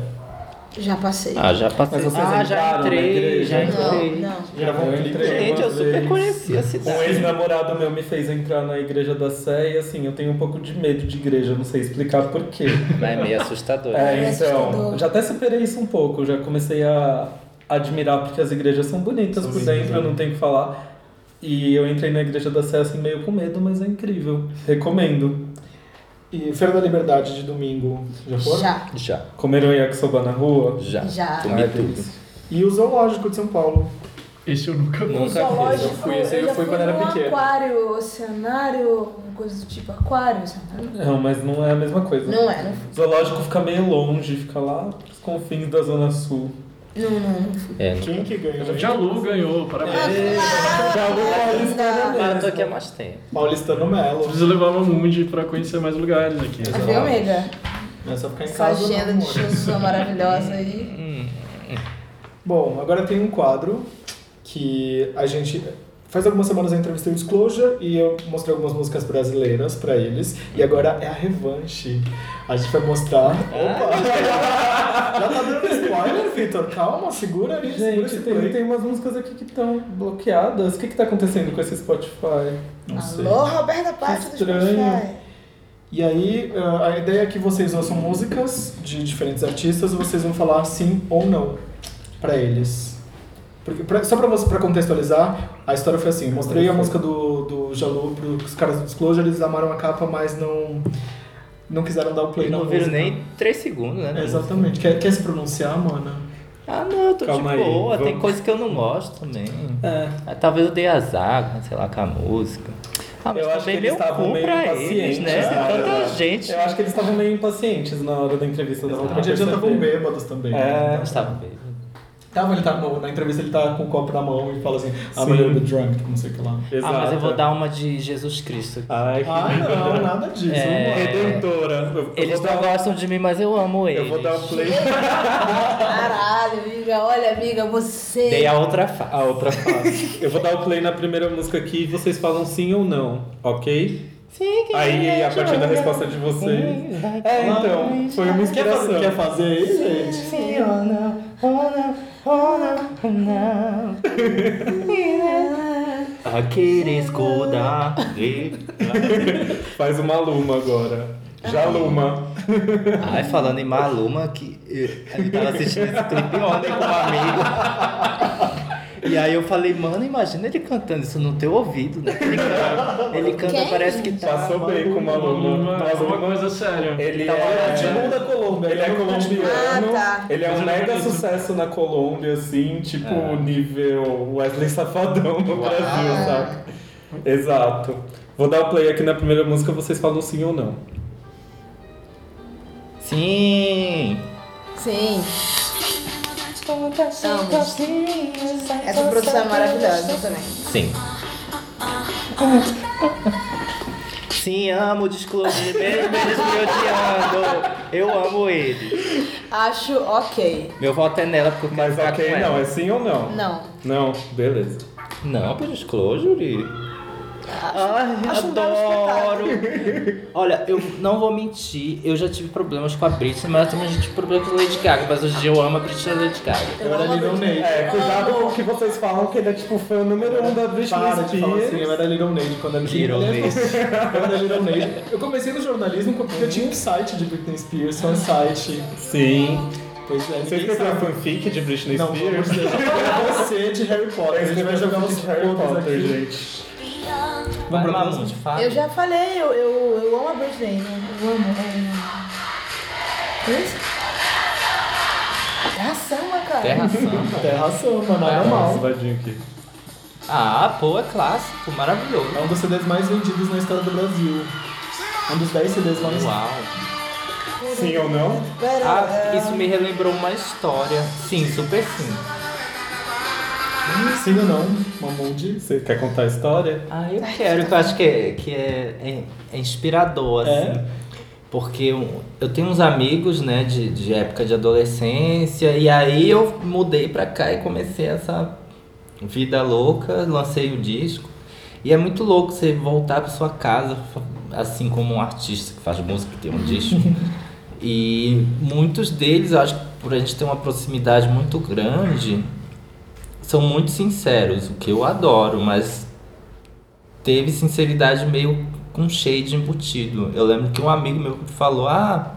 Já passei.
Ah, já passei.
Mas vocês
ah, já
entraram na
entrei,
igreja?
já
não,
entrei.
não.
Gravou um
Eu
clipe.
entrei
Gente,
uma
eu super
vez.
conheci a
Um
cidade.
ex-namorado meu me fez entrar na igreja da Sé e assim, eu tenho um pouco de medo de igreja, não sei explicar por quê.
Mas é meio assustador.
É,
É
então,
assustador.
já até superei isso um pouco, já comecei a admirar porque as igrejas são bonitas por dentro, eu não tenho o que falar. E eu entrei na igreja da Sé assim meio com medo, mas é incrível. Recomendo.
E Feira da Liberdade de domingo. Já foram?
Já,
Já,
Comeram um yakisoba na rua?
já.
já.
Comi
Ah,
tudo.
delícia.
E o Zoológico de São Paulo.
Esse eu nunca vi.
O zoológico,
fui, esse aí eu
já
fui quando era
num
pequeno.
aquário, oceanário, uma coisa do tipo aquário, oceanário.
Não, mas não é a mesma coisa.
Não é, não fui.
Zoológico fica meio longe, fica lá nos confins da Zona Sul.
Não, não, não fui.
É, não...
Quem que ganhou?
Já Lu ganhou, parabéns.
Já vou paulistana
Mas eu tô
mesmo.
aqui há mais tempo.
Paulistano Melo.
Preciso levar uma Mundi pra conhecer mais lugares aqui.
A Viu, amiga?
Não é só ficar em
Essa
casa.
agenda
não,
de
amor.
shows maravilhosa aí.
Bom, agora tem um quadro que a gente. Faz algumas semanas eu entrevistei o Disclosure e eu mostrei algumas músicas brasileiras pra eles. E agora é a revanche. A gente vai mostrar. Opa! Já tá dando spoiler, Vitor? Calma, segura aí. segura esse
Gente, tem,
play.
tem umas músicas aqui que estão bloqueadas. O que que tá acontecendo com esse Spotify?
Não sei.
Alô, Roberta Pátio do
estranho.
Spotify.
E aí, ah, a ideia é que vocês ouçam músicas de diferentes artistas e vocês vão falar sim ou não pra eles. Porque, pra- só pra, você, pra contextualizar, a história foi assim: eu mostrei a música do, do Jalu pros caras do Disclosure, eles amaram a capa, mas não, não quiseram dar o play
Eu
na
não viram
música.
nem 3 segundos, né?
É, exatamente. Quer, quer se pronunciar, mana?
Ah, não, eu tô
Calma
de
aí,
boa. Tem
vamos-
coisa que eu não gosto também.
É.
Ah, Talvez eu dei azar, né, sei lá, com a música. Ah, mas
Eu acho que
também
eles
meu
estavam
cu
meio
pra
impacientes,
eles, né? Tem
né?
tanta gente.
Eu acho que eles estavam meio impacientes na hora da entrevista. dava pra
Porque eles já estavam
perceber.
bêbados também. né?
É.
Eu estava bêbado.
Tava, ele tá, no- na entrevista ele tá com o copo na mão e fala assim: I'm a
Sim.
little bit drunk, não sei o que lá.
Exato.
Ah, mas eu vou dar uma de Jesus Cristo.
Ai, que
Ah, não, nada disso.
É.
vambora.
redentora. Eu- eu
Eles
vou
não
dar- um-
gostam de mim, mas eu amo eles.
Eu vou dar um o play.
Caralho, amiga. Olha, amiga, você.
Dei a outra face.
A outra fase. Eu vou dar o play na primeira música aqui e vocês falam sim ou não, ok?
Sim, que
Aí, a
gente,
partir da
olha.
resposta de vocês. É, então, foi
Quer fazer,
uma inspiração.
quer fazer aí, gente?
Sim ou não, ou não, ou não, ou não. Aquele escudo ah,
Faz uma luma agora. Já luma.
Ai, falando em Maluma, que eh, eu tava assistindo esse clipe ontem com um amigo. E aí eu falei, mano, imagina ele cantando isso no teu ouvido, né? Ele canta, ele canta,
Quem?
parece que tá.
Passou bem com uma luma.
Uma, é
Uma
uma
luma.
coisa séria.
Ele
Tá
é
Timão da Colômbia.
Ele é colombiano,
Ah, tá.
ele é um mega sucesso na Colômbia, assim, tipo
É.
nível Wesley Safadão no Brasil, saca? Exato. Vou dar o play aqui na primeira música, vocês falam sim ou não.
Sim!
Sim. Amo. Essa produção é maravilhosa também.
Sim. Sim, amo o Disclosure, mesmo eles me odiando. Eu amo ele.
Acho ok.
Meu voto é nela porque eu quero
Mas
ficar com
ok,
ela.
não, é sim ou não?
Não.
Não, beleza.
Não, pro Disclosure.
Ah,
Ai,
Afundar o
adoro! Olha, eu não vou mentir, eu já tive problemas com a Britney, mas eu também já tive problemas com a Lady Gaga, mas hoje em dia eu amo a Britney e a Lady Gaga.
Eu era Little Nate.
É, cuidado com o que vocês falam, que ele é tipo fã número um da Britney
Para de falar
Spears.
assim, eu era Little Nate quando eu
Little Nate.
Quando eu era Nate. Eu comecei no jornalismo porque eu tinha um site de Britney Spears, um site.
Sim.
Pois é,
Você
ninguém
escreveu a
sabe.
fanfic de Britney
Não,
Spears?
vamos dizer, você de Harry Potter.
Eu
A gente vai
escrevi
jogar
fanfic
uns
de Harry
todos
Potter,
aqui.
gente.
Vai,
pra
Mamu,
dança?
de fato.
Eu já falei, eu, eu, eu amo a Britney. né? Eu amo, eu amo. Isso? Dá Tá samba, cara.
Terra Santa.
Terra Samba, nada
Nossa,
é um mal.
vadinho aqui.
Ah, pô, é clássico, maravilhoso.
É um dos CDs mais vendidos na história do Brasil. Um dos 10 CDs mais
Uau.
Sim ou não?
Pera,
Ah,
é,
isso me relembrou uma história. Sim, super sim.
Sim ou não? Mamundi.
Você quer contar a história?
Ah, eu quero, que eu acho que é, que é, é inspirador, assim.
É?
Porque eu, eu tenho uns amigos, né, de, de época de adolescência, e aí eu mudei pra cá e comecei essa vida louca, lancei o disco. E é muito louco você voltar pra sua casa, assim como um artista que faz música, que tem um disco. e muitos deles, eu acho que por a gente ter uma proximidade muito grande, são muito sinceros, o que eu adoro, mas teve sinceridade meio com shade embutido. Eu lembro que um amigo meu falou: Ah,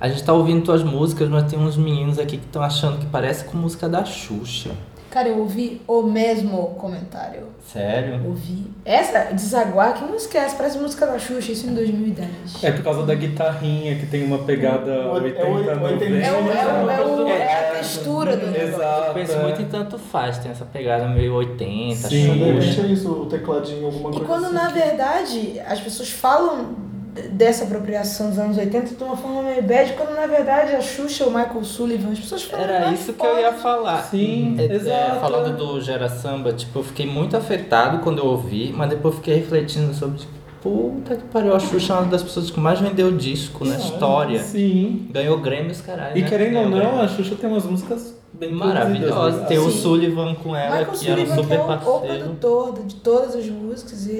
a gente tá ouvindo tuas músicas, mas tem uns meninos aqui que estão achando que parece com música da Xuxa.
Cara, eu ouvi o mesmo comentário.
Sério?
Ouvi. Essa, Desaguar, que música é essa? Parece música da Xuxa, isso em 2010.
É por causa da guitarrinha que tem uma pegada
É o-
80,
é o-
90.
É, o, é, o, é, o, é a textura do negócio.
Eu
Exato. é.
penso muito em tanto faz, tem essa pegada meio 80,
Sim.
De
Xuxa.
repente é isso, o tecladinho, alguma
E
coisa
quando
assim.
na verdade as pessoas falam d- dessa apropriação dos anos 80 de uma forma meio bad, quando na verdade a Xuxa, o Michael Sullivan, as pessoas falam.
Era
mais
isso que eu ia falar.
Sim,
É, é,
exato.
falando do Gera Samba, tipo, eu fiquei muito afetado quando eu ouvi, mas depois eu fiquei refletindo sobre, tipo, puta que pariu, a Xuxa é uma das pessoas que mais vendeu disco na história.
Sim.
Ganhou Grêmio os caralho.
E
né?
querendo ou
Ganhou
não,
Grêmio.
a Xuxa tem umas músicas né? bem
Maravilhosa.
produzidas,
Tem um o
Sim.
Sullivan com ela,
Michael
que era um
Sullivan que é
super
o, o
parceiro.
produtor de- de todas as músicas e, e,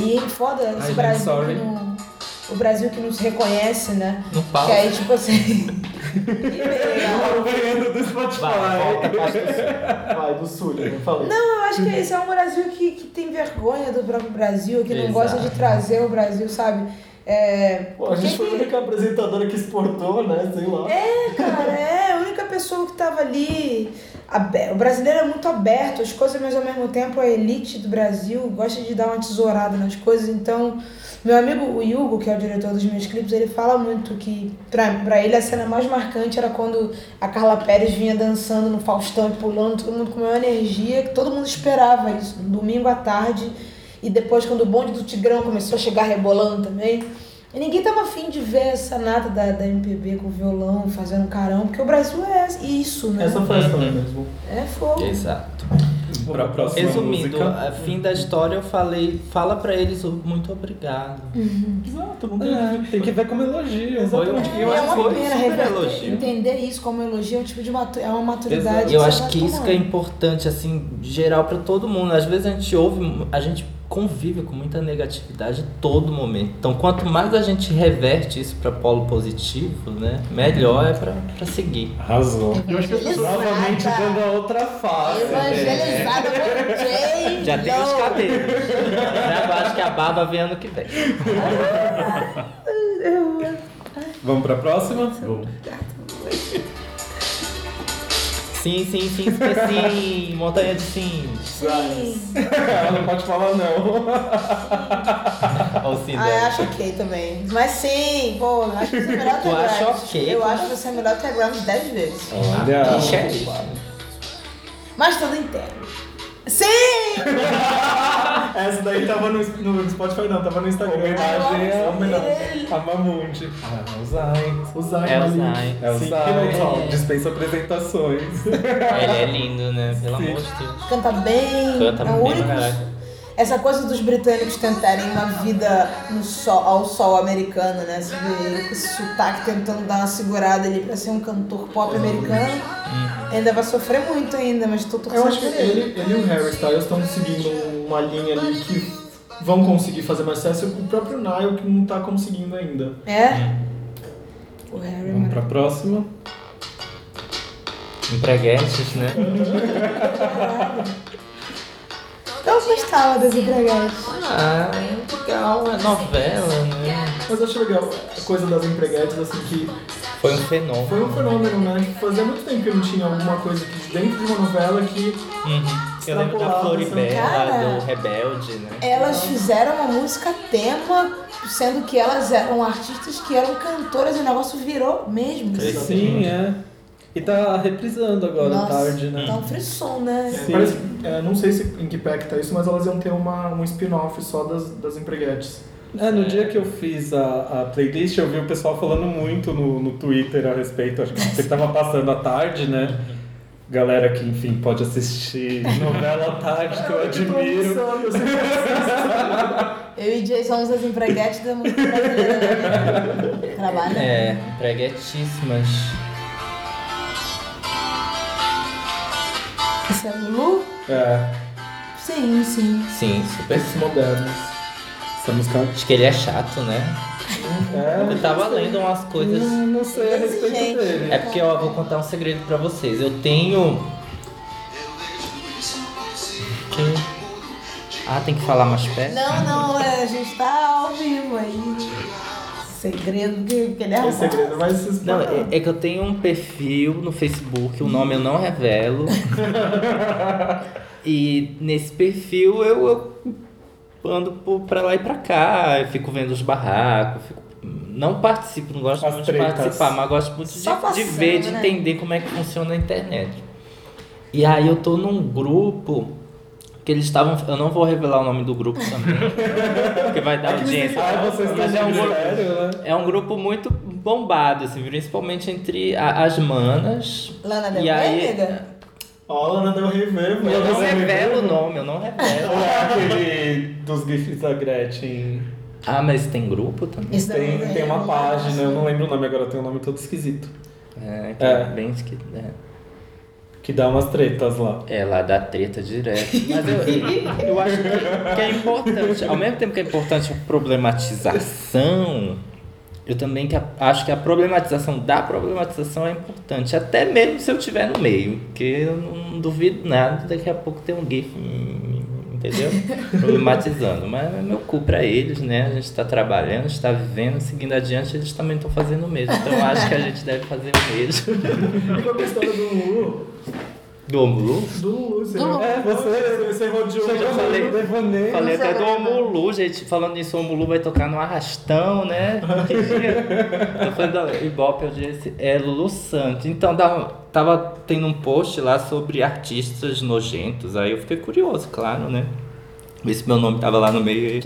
e, e ele foda esse
gente,
Brasil
sorry.
que não, o Brasil que não se reconhece, né?
No palco.
Que aí tipo assim.
Tô ganhando do Spotify.
Vai, volta, passa o som.
Vai, do sul, eu falei.
Não, eu acho que é isso. É um Brasil que, que tem vergonha do próprio Brasil, que não gosta de
Exato.
trazer o Brasil, sabe? É,
Pô, a
por
gente
que
foi a
que-
única apresentadora que exportou, né? Sei lá.
É, cara, é a única pessoa que tava ali. abe- O brasileiro é muito aberto às coisas, mas ao mesmo tempo a elite do Brasil gosta de dar uma tesourada nas coisas. Então, meu amigo o Hugo, que é o diretor dos meus clipes, ele fala muito que pra, pra ele a cena mais marcante era quando a Carla Pérez vinha dançando no Faustão e pulando, todo mundo com uma energia, que todo mundo esperava isso, no domingo à tarde. E depois, quando o bonde do Tigrão começou a chegar rebolando também. E ninguém tava afim de ver essa nata da, da MPB com violão, fazendo um carão, porque o Brasil é isso, né?
Essa foi a história mesmo.
É fogo.
Exato.
Para a Assim, próxima
Resumindo,
música.
a fim da história eu falei, fala pra eles o muito obrigado.
Exato, não
É, tem que ver como elogio.
Foi um eu
É, é
acho que
uma
foi
pena
super
reverter-
elogio.
entender isso como elogio, é um tipo de matu é uma maturidade.
Exato.
E eu
você
acho
vai
que isso que é
tomando.
importante, assim, geral pra todo mundo. Às vezes a gente ouve, a gente convive com muita negatividade a todo momento. Então, quanto mais a gente reverte isso pra polo positivo, né, melhor é pra, pra seguir.
Arrasou.
Eu acho que as pessoas.
Novamente dando a outra face.
Evangelizada por Jay
Já tem os
Lo.
cabelos. Já acho que a barba vem ano que vem.
Vamos para a próxima?
Sim, sim, sim, sim, sim. Montanha de sims.
Sim.
Ela não pode falar não.
Ou sim,
Ah, eu acho ok também. Mas sim, pô, eu acho que você é melhor que
Tu
a
acha
Grimes.
ok?
Eu acho que você é melhor que a Grimes 10 vezes.
Olha.
Mas tudo inteiro. Sim!
Essa daí tava no, no Spotify, não, tava no Instagram.
Homenagem
é
ao-
homenagem.
A Mamundi. Ah, o Zayn.
O Zayn.
É o
Malik.
Zayn.
É o
Sim,
Zayn.
que legal.
Dispensa apresentações.
Ele é lindo, né? Pelo amor de Deus.
Canta bem.
Canta
é o
bem
único.
pra caralho.
Essa coisa dos britânicos cantarem uma vida no sol, ao sol americano, né? Você vê ele com esse sotaque tentando dar uma segurada ali pra ser um cantor pop americano. Ainda vai sofrer muito ainda, mas tô torcendo
Eu acho que
por ele.
ele, ele e o Harry Styles estão seguindo uma linha ali que vão conseguir fazer mais sucesso, o próprio Nile que não tá conseguindo ainda.
É? O Harry,
Vamos
mano.
pra próxima.
Empreguetes, né?
Eu gostava das empregadas.
Ah, é legal, é novela, né?
Mas eu acho legal a coisa das empreguetes, assim, que
Foi um fenômeno.
foi um fenômeno, né? Que fazia muito tempo que não tinha alguma coisa que dentro de uma novela que
Uhum. Eu lembro da
Extrapolado,
né?
Floribela,
cara.
do Rebelde, né?
Elas fizeram uma música tema, sendo que elas eram artistas que eram cantoras e o negócio virou mesmo.
Sim.
Sim, é. E tá reprisando agora à
Nossa,
tarde, né?
Tá um frisson, né?
é,
Sim.
parece, é, não sei se em que pé que tá isso, mas elas iam ter uma, um spin-off só das, das empreguetes.
É, no dia que eu fiz a, a playlist, eu vi o pessoal falando muito no, no Twitter a respeito. Acho que você tava passando a tarde, né? Galera que, enfim, pode assistir novela à tarde, que eu
É,
admiro.
Eu sei que
Eu e Jay somos as empreguetes da música brasileira. Né? Trabalha.
É, empreguetíssimas.
Isso é Lu?
É,
Sim, sim.
Sim, super.
esses modernos.
essa música.
Acho que ele é chato, né?
É,
Eu tava lendo umas coisas.
não, não sei a respeito né?
Gente.
dele.
É porque ó, eu vou contar um segredo pra vocês. Eu tenho. Que- Ah, tem que falar mais perto?
Não, não, é, a gente tá ao vivo aí. Segredo que, que ele é
É
arrumado.
segredo, mas esses
Não, é, é que eu tenho um perfil no Facebook, o nome eu não revelo. e nesse perfil eu, eu ando por- pra lá e pra cá, eu fico vendo os barracos, fico- não participo, não gosto
As
muito
tretas.
de participar, mas gosto muito de,
Só
de
passando,
ver, de
né?
entender como é que funciona a internet. E aí eu tô num grupo que eles estavam. Eu não vou revelar o nome do grupo também. porque vai dar audiência.
Ah, vocês
Mas é
estão
um
de
grupo-
mistério, né?
é um grupo muito bombado, assim, principalmente entre a- as manas.
Lana Del
E aí.
Rey, nega?
Ó, Lana Del Rey mesmo.
Eu não
Ela-
revelo o nome, eu não revelo.
Ou é aquele dos gifs da Gretchen?
Ah, mas tem grupo também?
Esse é um da
Tem,
Lana
tem
Del
uma
Rey.
página, eu não lembro o nome agora, tem um nome todo esquisito.
É, que
É.
é. bem esqui- né?
Que dá umas tretas lá.
Ela É, dá treta direto. Mas eu, eu acho que, que é importante. Ao mesmo tempo que é importante a problematização, eu também que a- acho que a problematização da problematização é importante. Até mesmo se eu estiver no meio. Porque eu não duvido nada, daqui a pouco tem um GIF. hum, Entendeu? Problematizando. Mas é meu cu pra eles, né? A gente tá trabalhando, está vivendo, seguindo adiante, eles também estão fazendo o mesmo. Então eu acho que a gente deve fazer o mesmo.
E com a história do Lulu?
Do Omulu?
Do Lulu, você
Do Lulu.
É, você-
Você rodeou.
Eu já falei.
Devaneio.
Falei
Não sei
até do
nada.
Omulu, gente. Falando nisso, o Omulu vai tocar no Arrastão, né? Que dia? Tô falando da Ibope, eu disse, é Lulu Santos. Então, dava- tava tendo um post lá sobre artistas nojentos, aí eu fiquei curioso, claro, né? Ver se meu nome tava lá no meio.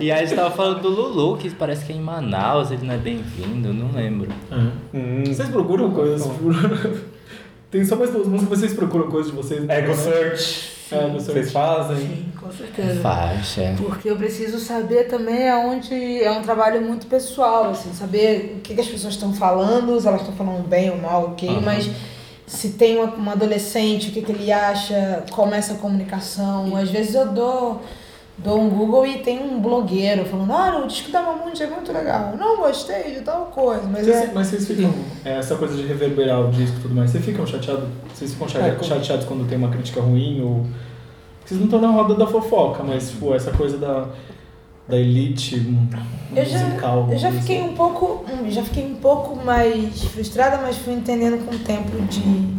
e aí a gente tava falando do Lulu, que parece que é em Manaus, ele não é bem-vindo, não lembro.
Hum,
Vocês procuram coisas por... Tem só mais duas músicas, vocês procuram coisas de vocês.
Ego
né?
Search.
Ego Search.
Vocês fazem?
Sim, com certeza.
Faixa.
Porque eu preciso saber também aonde. É um trabalho muito pessoal, assim, saber o que, que as pessoas estão falando, se elas estão falando bem ou mal, ok, mas se tem uma- um adolescente, o que, que ele acha, como é essa comunicação. Às vezes eu dou. Dou um Google e tem um blogueiro falando, ah, o disco da Mamute é muito legal. Não gostei de tal coisa, mas é-
Vocês- Mas vocês ficam... é, essa coisa de reverberar o disco e tudo mais, vocês ficam chateados? Vocês ficam chate-
É, com-
chateados quando tem uma crítica ruim ou... Vocês não estão na roda da fofoca, mas,
Uhum.
tipo, essa coisa da... Da elite hum,
Eu já-
musical.
Eu já
assim.
fiquei um pouco, hum, já fiquei um pouco mais frustrada, mas fui entendendo com o tempo de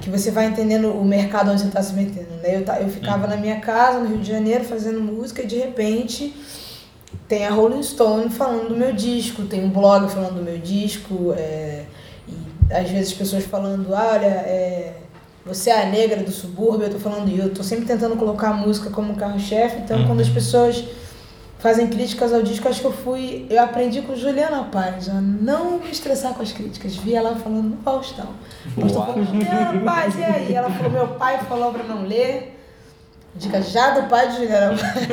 que você vai entendendo o mercado onde você está se metendo, né? Eu, ta- eu ficava na minha casa no Rio de Janeiro fazendo música e de repente tem a Rolling Stone falando do meu disco, tem um blog falando do meu disco, é, e às vezes pessoas falando, olha, é, você é a negra do subúrbio, eu tô falando e eu tô sempre tentando colocar a música como carro-chefe, então quando as pessoas fazem críticas ao disco, acho que eu fui. Eu aprendi com Juliana Paz a não me estressar com as críticas. Vi ela falando no Faustão. O Faustão falou, Juliana Paz, e aí? Ela falou, meu pai falou pra não ler. Dica já do pai de Juliana Paz.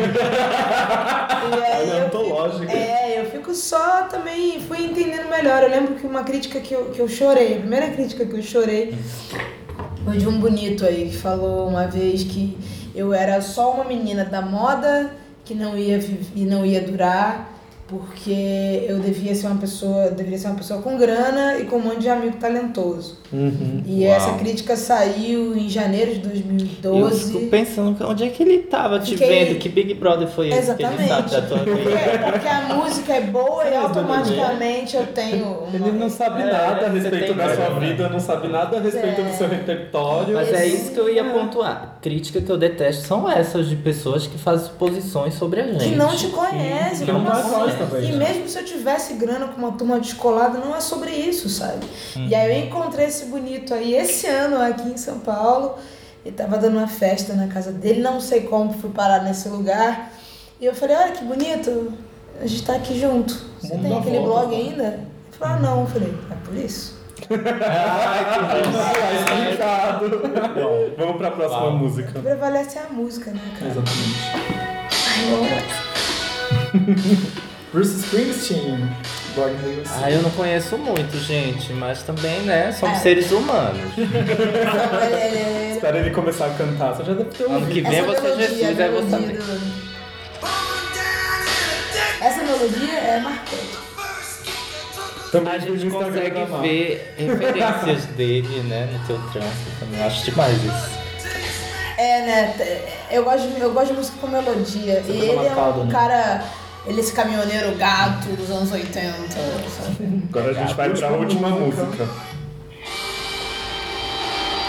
e aí
Ela é
eu fico-
antológica.
é, eu fico só também, fui entendendo melhor. Eu lembro que uma crítica que eu, que eu chorei, a primeira crítica que eu chorei foi de um bonito aí que falou uma vez que Eu era só uma menina da moda que não ia viv- e não ia durar porque eu devia ser uma pessoa, deveria ser uma pessoa com grana e com um monte de amigo talentoso.
Uhum.
E
Hum, Uau.
essa crítica saiu em janeiro de
Eu
2012.
fico pensando onde é que ele tava te
Fiquei-
vendo, que Big Brother foi esse que ele tá
Exatamente.
te atuando
Porque,
aí.
porque a música é boa e automaticamente eu tenho uma...
Ele não sabe
É,
nada a
você
respeito
tem
da sua
razão, né?
vida, não sabe nada a respeito
É.
do seu repertório.
Mas é isso que eu ia pontuar. Crítica que eu detesto são essas de pessoas que fazem suposições sobre a gente.
Que não te conhece,
que não
como assim?
gosta, velho.
E mesmo se eu tivesse grana com uma turma descolada, não é sobre isso, sabe? E aí eu encontrei esse bonito aí esse ano aqui em São Paulo. E tava dando uma festa na casa dele, não sei como fui parar nesse lugar. E eu falei, olha que bonito, a gente tá aqui junto. Você
Mundo
tem
dá
aquele
volta,
blog ainda? Ele falou, ah não, eu falei, é por isso.
Bom, vamos pra próxima música.
Prevalece a música, né, cara?
Exatamente.
Ai, não.
Bruce Springsteen, Born in the USA.
Ah, eu não conheço muito, gente, mas também, né, somos
É.
seres humanos.
Não, ele- ele- ele-
Espera ele começar a cantar, você já deve ter
Ano que
ouvido.
vem
é,
é
Essa é
você
melodia,
Jesus,
a
é
aí você
melodia do- Essa melodia é marcante.
Também
A
vi no
gente
Instagram
consegue
da Mar.
ver referências dele, né, no teu trânsito também. Eu acho demais isso.
É, né? t- Eu gosto, de- eu gosto de música com melodia. e ele é um
marcado, né?
cara. Ele é esse caminhoneiro gato dos anos 80. sabe?
Agora a gente vai pra última música.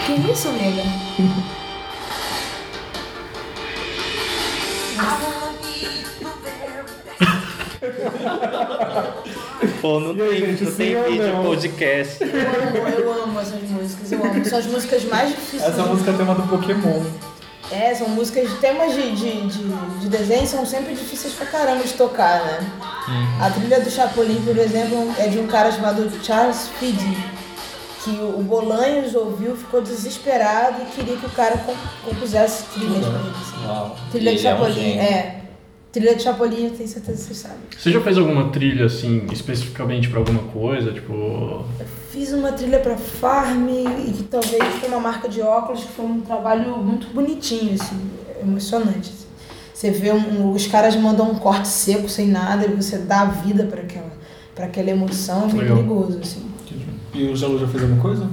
Que isso, nega?
Pô, não
aí,
tem,
gente,
não
sim
tem
ou
vídeo,
não?
podcast.
Eu amo, eu amo essas músicas, eu amo. São as músicas mais difíceis.
Essa música é tema do Pokémon.
É, são músicas de temas de, de, de, de desenho são sempre difíceis pra caramba de tocar, né?
Uhum.
A trilha do Chapolin, por exemplo, é de um cara chamado Charles Feeding, que o o Bolanhos ouviu, ficou desesperado e queria que o cara com- compusesse trilhas pra ele. assim.
Uau.
Trilha de
Ele é um
Chapolin,
gênio.
é, Trilha de Chapolin, eu tenho certeza que vocês sabem.
Você já fez alguma trilha, assim, especificamente pra alguma coisa? Tipo,
Fiz uma trilha pra Farm e que talvez foi uma marca de óculos que foi um trabalho muito bonitinho, assim, emocionante. assim. Você vê um- os caras mandam um corte seco sem nada e você dá a vida pra aquela, para aquela emoção, é bem
Legal.
perigoso assim.
E o Jalu já fez alguma coisa?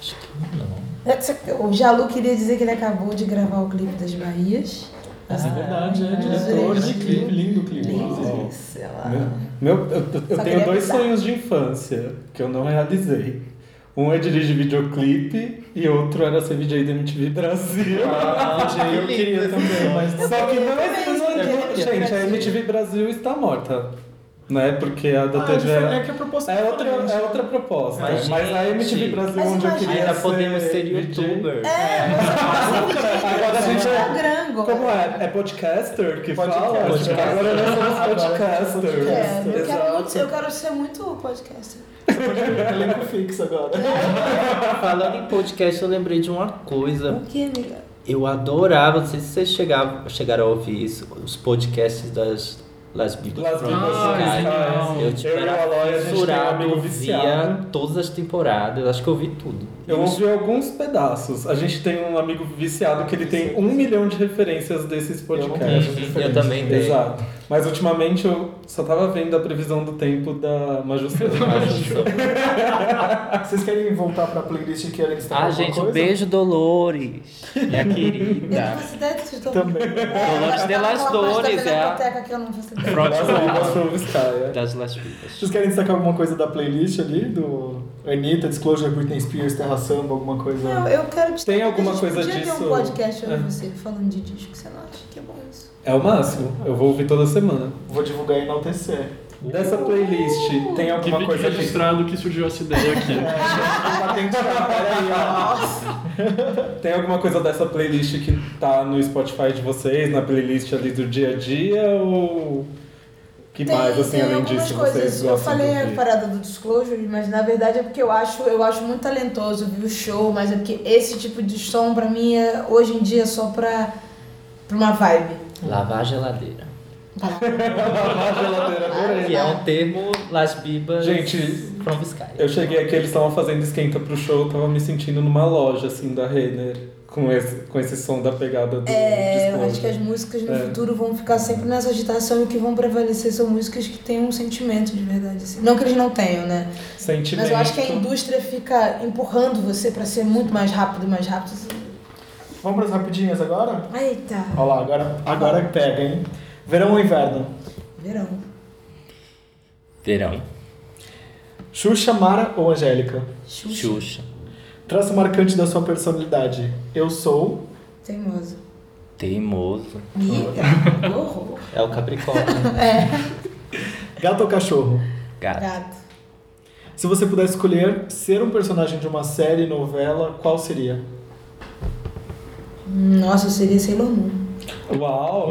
Acho que não.
Essa- O Jalu queria dizer que ele acabou de gravar o clipe das Bahias.
é verdade, é
diretor
diretor
de
de clipe, lindo clipe.
Delícia, lá.
Meu, eu, eu- eu
Só
tenho
queria
dois
avisar.
sonhos de infância que eu não realizei. Um é dirigir videoclipe e outro era ser VJ da MTV Brasil.
Ah, eu queria também, mas
Só que não
Eu
é
também, eu
não-
queria
Gente, a
Brasil.
MTV Brasil está morta. Né? Porque a da
Ah, é
TV.
diferente, é que a proposta
é
é
outra,
diferente.
é outra proposta.
Mas,
Mas, a MTV
gente,
Brasil,
mas
onde eu
imagina-
queria.
Ainda podemos ser
VJ.
É,
youtuber.
Agora a gente é.
Instagram, agora.
Como é? É podcaster que
Podcaster.
fala?
Podcaster.
Agora nós somos podcasters.
É, eu quero,
Exato.
muito, eu quero ser muito podcaster.
elenco fixo agora.
É.
Falando em podcast, eu lembrei de uma coisa.
O que, amiga?
Eu adorava, não sei se vocês chegavam, chegaram a ouvir isso, os podcasts das Las Bíblias.
Las Bíblias
Musicais.
Musicais.
eu tipo,
Eu e o
era
Aloy, a gente tem um
fissurado,
amigo
eu via
viciado.
todas as temporadas, acho que eu vi tudo.
Eu ouvi alguns pedaços. A gente tem um amigo viciado que ele tem um milhão de referências desses podcasts.
Uhum, eu também dei.
Exato. Mas ultimamente eu só tava vendo a previsão do tempo da Majusteira.
um
Vocês querem voltar pra playlist que era destacar
Ah,
alguma
gente, um
coisa?
beijo, Dolores, minha
Eu não
querida.
faço ideia do que vocês estão
Também.
Dolores de Las Dores, é a
biblioteca que eu não faço ideia.
Front
Las
Wall
from Vizcaya.
das Las Bíblias.
é. Vocês querem destacar alguma coisa da playlist ali? Do Anitta, Disclosure, Britney Spears, Terra Samba, alguma coisa?
Não, eu quero te
Tem
a
alguma
gente
coisa
podia ter
disso?
um podcast eu e
É.
você falando de disco, você não acha que é bom isso?
É o máximo. Eu vou ouvir toda semana.
Vou divulgar e enaltecer.
Dessa playlist tem
que
alguma
fique
É coisa que
registrado que surgiu essa ideia aqui.
um
tem alguma coisa dessa playlist que tá no Spotify de vocês, na playlist ali do dia a dia ou que mais assim além
algumas
disso
coisas.
vocês
Eu
gostam de
falei a
ouvir?
parada do disclosure, mas na verdade é porque eu acho, eu acho muito talentoso ouvir o show, mas é porque esse tipo de som pra mim é, hoje em dia é só pra, pra uma vibe.
Lavar a geladeira.
Vai lá.
Lavar a geladeira, adorei. né?
Que é um termo Las Bibas
Gente,
from the sky.
Eu cheguei aqui, eles estavam fazendo esquenta pro show, eu tava me sentindo numa loja, assim, da Renner, com esse, com esse som da pegada do
É, eu
disco.
acho que as músicas no
É.
futuro vão ficar sempre nessa agitação e o que vão prevalecer são músicas que têm um sentimento de verdade. assim. Não que eles não tenham, né?
Sentimento.
Mas eu acho que é a indústria fica empurrando você pra ser muito mais rápido, mais rápido.
Vamos para as rapidinhas agora?
Eita,
Olha lá, agora, agora pega, hein? Verão ou inverno?
verão.
Verão.
Xuxa, Mara ou Angélica?
Xuxa.
Xuxa.
Traço marcante da sua personalidade. Eu sou.
Teimoso.
Teimoso.
Ih, que horror. É,
É o Capricórnio.
Gato ou cachorro?
Gato.
Gato.
Se você pudesse escolher ser um personagem de uma série, novela, qual seria?
Nossa, eu seria Sailor Moon.
Uau!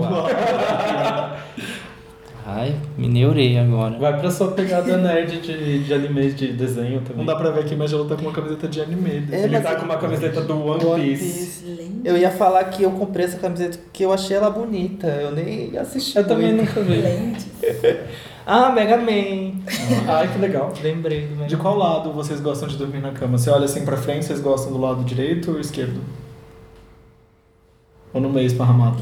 Ai, me neurei agora.
Vai pra sua pegada nerd de, de animes de desenho também.
Não dá pra ver aqui, mas ela tá com uma camiseta de anime.
É,
Ele
mas-
tá com uma camiseta do One,
One
Piece.
Piece.
Lenda.
Eu ia falar que eu comprei essa camiseta porque eu achei ela bonita. Eu nem assisti.
Eu também
muito.
nunca vi.
Ah, Mega Man.
Ai, que legal.
Lembrei do Mega
De qual lado vocês gostam de dormir na cama? Você olha assim pra frente, vocês gostam do lado direito ou esquerdo? Ou no meio esparramado?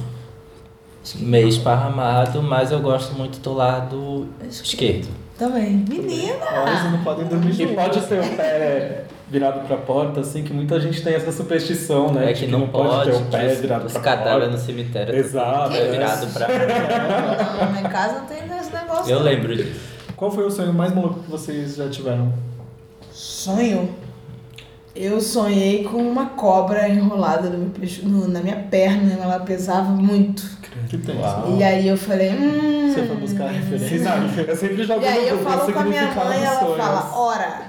Meio esparramado, mas eu gosto muito do lado esquerdo.
Também. Menina!
Olha, vocês não podem dormir
E
junto.
pode ser o pé virado pra porta, assim, que muita gente tem essa superstição, né?
É
de
que não pode,
ter o pé
que
virado
os,
pra
os cadáveres no
porta.
cemitério
Exato,
é
é.
virado pra...
Não, lá em casa não tem esse negócio.
Eu
não.
lembro disso.
Qual foi o sonho mais maluco que vocês já tiveram?
Sonho? Eu sonhei com uma cobra enrolada no meu peixe- no- na minha perna, ela pesava muito.
Que tem?
E aí eu falei, hum.
Ah. Você foi buscar a
Vocês
referência?
sabem, eu sempre jogo
E aí
no
eu
Google
falo com a minha
significado
mãe,
dos
ela
sonhos.
fala, ora,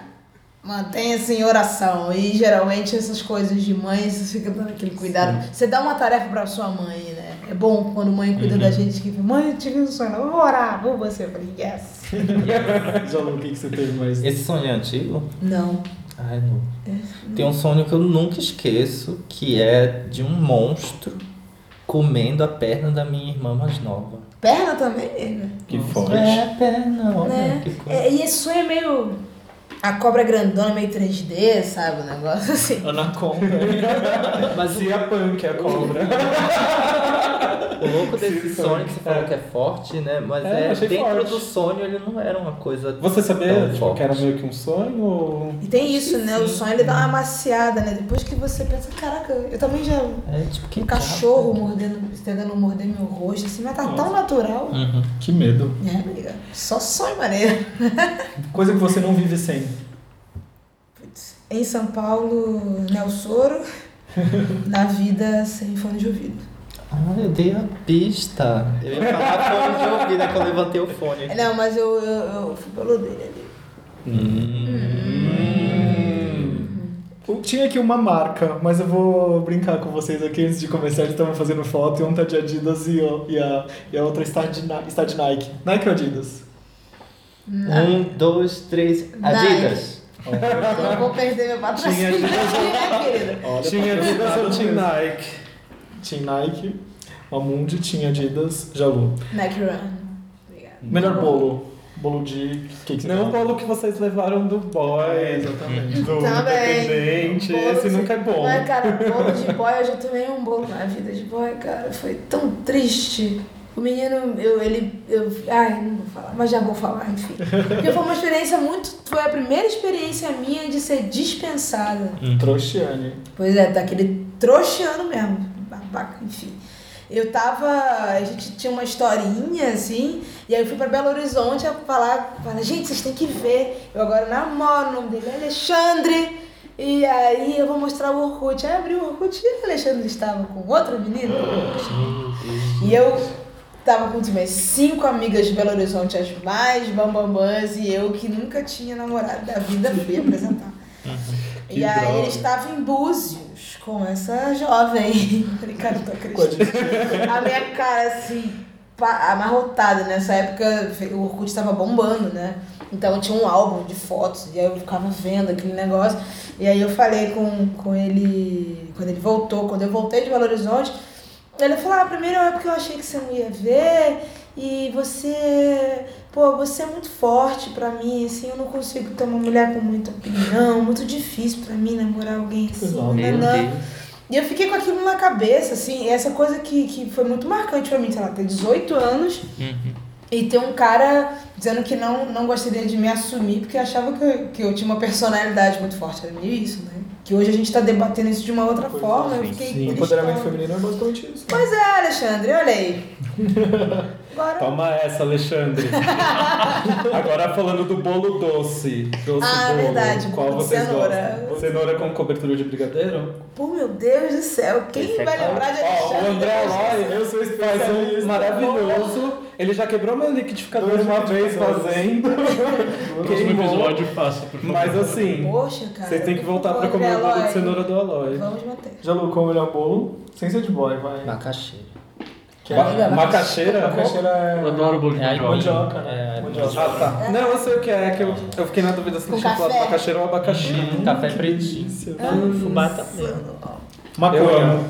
mantenha-se em oração. E geralmente essas coisas de mãe, você fica dando aquele cuidado. Você dá uma tarefa pra sua mãe, né? É bom quando mãe cuida
Uhum.
da gente, que fala, mãe, eu tive um sonho, eu vou orar, vou você. Eu falei, yes.
Já o que que você teve mais?
Esse sonho é antigo?
Não.
Ai, não.
É,
Tem um sonho que eu nunca esqueço, que é de um monstro comendo a perna da minha irmã mais nova.
Perna também, né?
Que forte.
É, perna, olha
né?
que coisa.
É, e esse sonho é meio. A cobra grandona, meio 3D, sabe? O negócio assim.
Anaconda.
Mas o,
Se é punk, é cobra.
o louco desse sonho que você falou que é forte, né? Mas
É,
é,
achei
dentro
forte.
do sonho ele não era uma coisa.
Você sabia
tão
tipo,
forte.
que era meio que um sonho ou...
E tem isso, né? O sonho ele dá uma maciada, né? Depois que você pensa, caraca, eu também já.
É tipo que
Um cachorro mordendo, tentando morder meu rosto, assim, mas tá tão natural.
Uhum.
que medo.
É, amiga. Só sonho maneiro.
Coisa que você não vive sem.
Em São Paulo, né, o soro. Na vida sem fone de ouvido.
Ah, eu dei a pista. Eu ia falar fone de ouvido, é que eu levantei o fone.
É, Não, mas eu, eu, eu fui pelo dele ali.
Hum.
Eu Tinha aqui uma marca, mas eu vou brincar com vocês aqui antes de começar. Eles estavam fazendo foto e um tá de Adidas e, o- e a, e a outra está de, Ni- está de Nike. Nike ou Adidas?
Um, dois, três. Adidas.
Eu não vou perder meu patrocínio, né, querida?
Tinha Adidas ou tinha
Team
Nike?
Nike.
Tinha Nike, Mamundi, tinha Adidas, Jalu.
Nike Run. Obrigada.
Melhor bolo? Bolo de... Que que você
Não o
gosta?
bolo que vocês levaram do boy,
Exatamente.
do
Também.
independente.
Bolo
Esse
de-
nunca é bom.
Mas, cara, bolo de boy, eu já tomei um bolo na vida de boy, cara. Foi tão triste. O menino, eu, ele, eu, ai, não vou falar, mas já vou falar, enfim. Porque foi uma experiência muito, foi a primeira experiência minha de ser dispensada.
Trouxiane.
Pois é, daquele trouxiano mesmo, babaca, enfim. Eu tava, a gente tinha uma historinha, assim, e aí eu fui pra Belo Horizonte a falar, falar, gente, vocês têm que ver, eu agora namoro, o nome dele é Alexandre, e aí eu vou mostrar o Orkut. Aí eu abri o Orkut e o Alexandre estava com outra menina. E eu tava com tipo, minhas cinco amigas de Belo Horizonte, as mais bambambãs, e eu que nunca tinha namorado da vida, fui apresentar.
Que
E aí
droga.
ele estava em Búzios com essa jovem. Falei, cara, eu tô acreditando. A minha cara assim, pa- amarrotada. né? Nessa época o Orkut estava bombando, né? Então eu tinha um álbum de fotos, e aí eu ficava vendo aquele negócio. E aí eu falei com, com ele, quando ele é voltou, quando eu voltei de Belo Horizonte, ele falou, ah, a primeira época eu achei que você não ia ver, E você, pô, você é muito forte pra mim, assim, eu não consigo ter uma mulher com muita opinião, muito difícil pra mim namorar alguém assim.
Meu
nanã.
Deus.
E eu fiquei com aquilo na cabeça, assim, essa coisa que, que foi muito marcante pra mim, sei lá, ter 18 anos
Uhum.
e ter um cara dizendo que não, não gostaria de me assumir porque achava que eu, que eu tinha uma personalidade muito forte. Era meio isso, né? Que hoje a gente tá debatendo isso de uma outra forma.
assim.
eu fiquei
Sim,
triste,
empoderamento
tá?
feminino é basicamente isso.
Pois é, Alexandre, olha aí. Agora.
Toma essa, Alexandre. Agora falando do bolo doce. doce
Ah,
bolo.
verdade,
Qual
com
vocês
cenoura.
gostam? Cenoura com cobertura de brigadeiro?
Pô, meu Deus do céu, quem
Esse é
vai
claro.
lembrar de
Ó, o
Alexandre?
André Lói, eu sou um maravilhoso. Ele já quebrou meu liquidificador uma vez fazendo.
Próximo
Queimou.
episódio faça, por favor.
Mas assim,
Poxa, cara.
vocês têm que voltar pra
André
comer o bolo
Lói,
de cenoura do Aloy.
Vamos manter.
Já loucou o melhor bolo? Sem ser de boy, vai. é-
Macaxeira.
Ba- Macaxeira? né?
Macaxeira
Eu
é...
adoro bolo de
É, aí
mandioca.
Mandioca, né?
É,
mandioca.
Ah, tá. Não, eu sei o que é, que eu, eu fiquei na dúvida se
Com
tinha chocolate
café?
macaxeira ou abacaxi.
Um Café pretinho. Fubá também.
Eu
Maconha.
amo.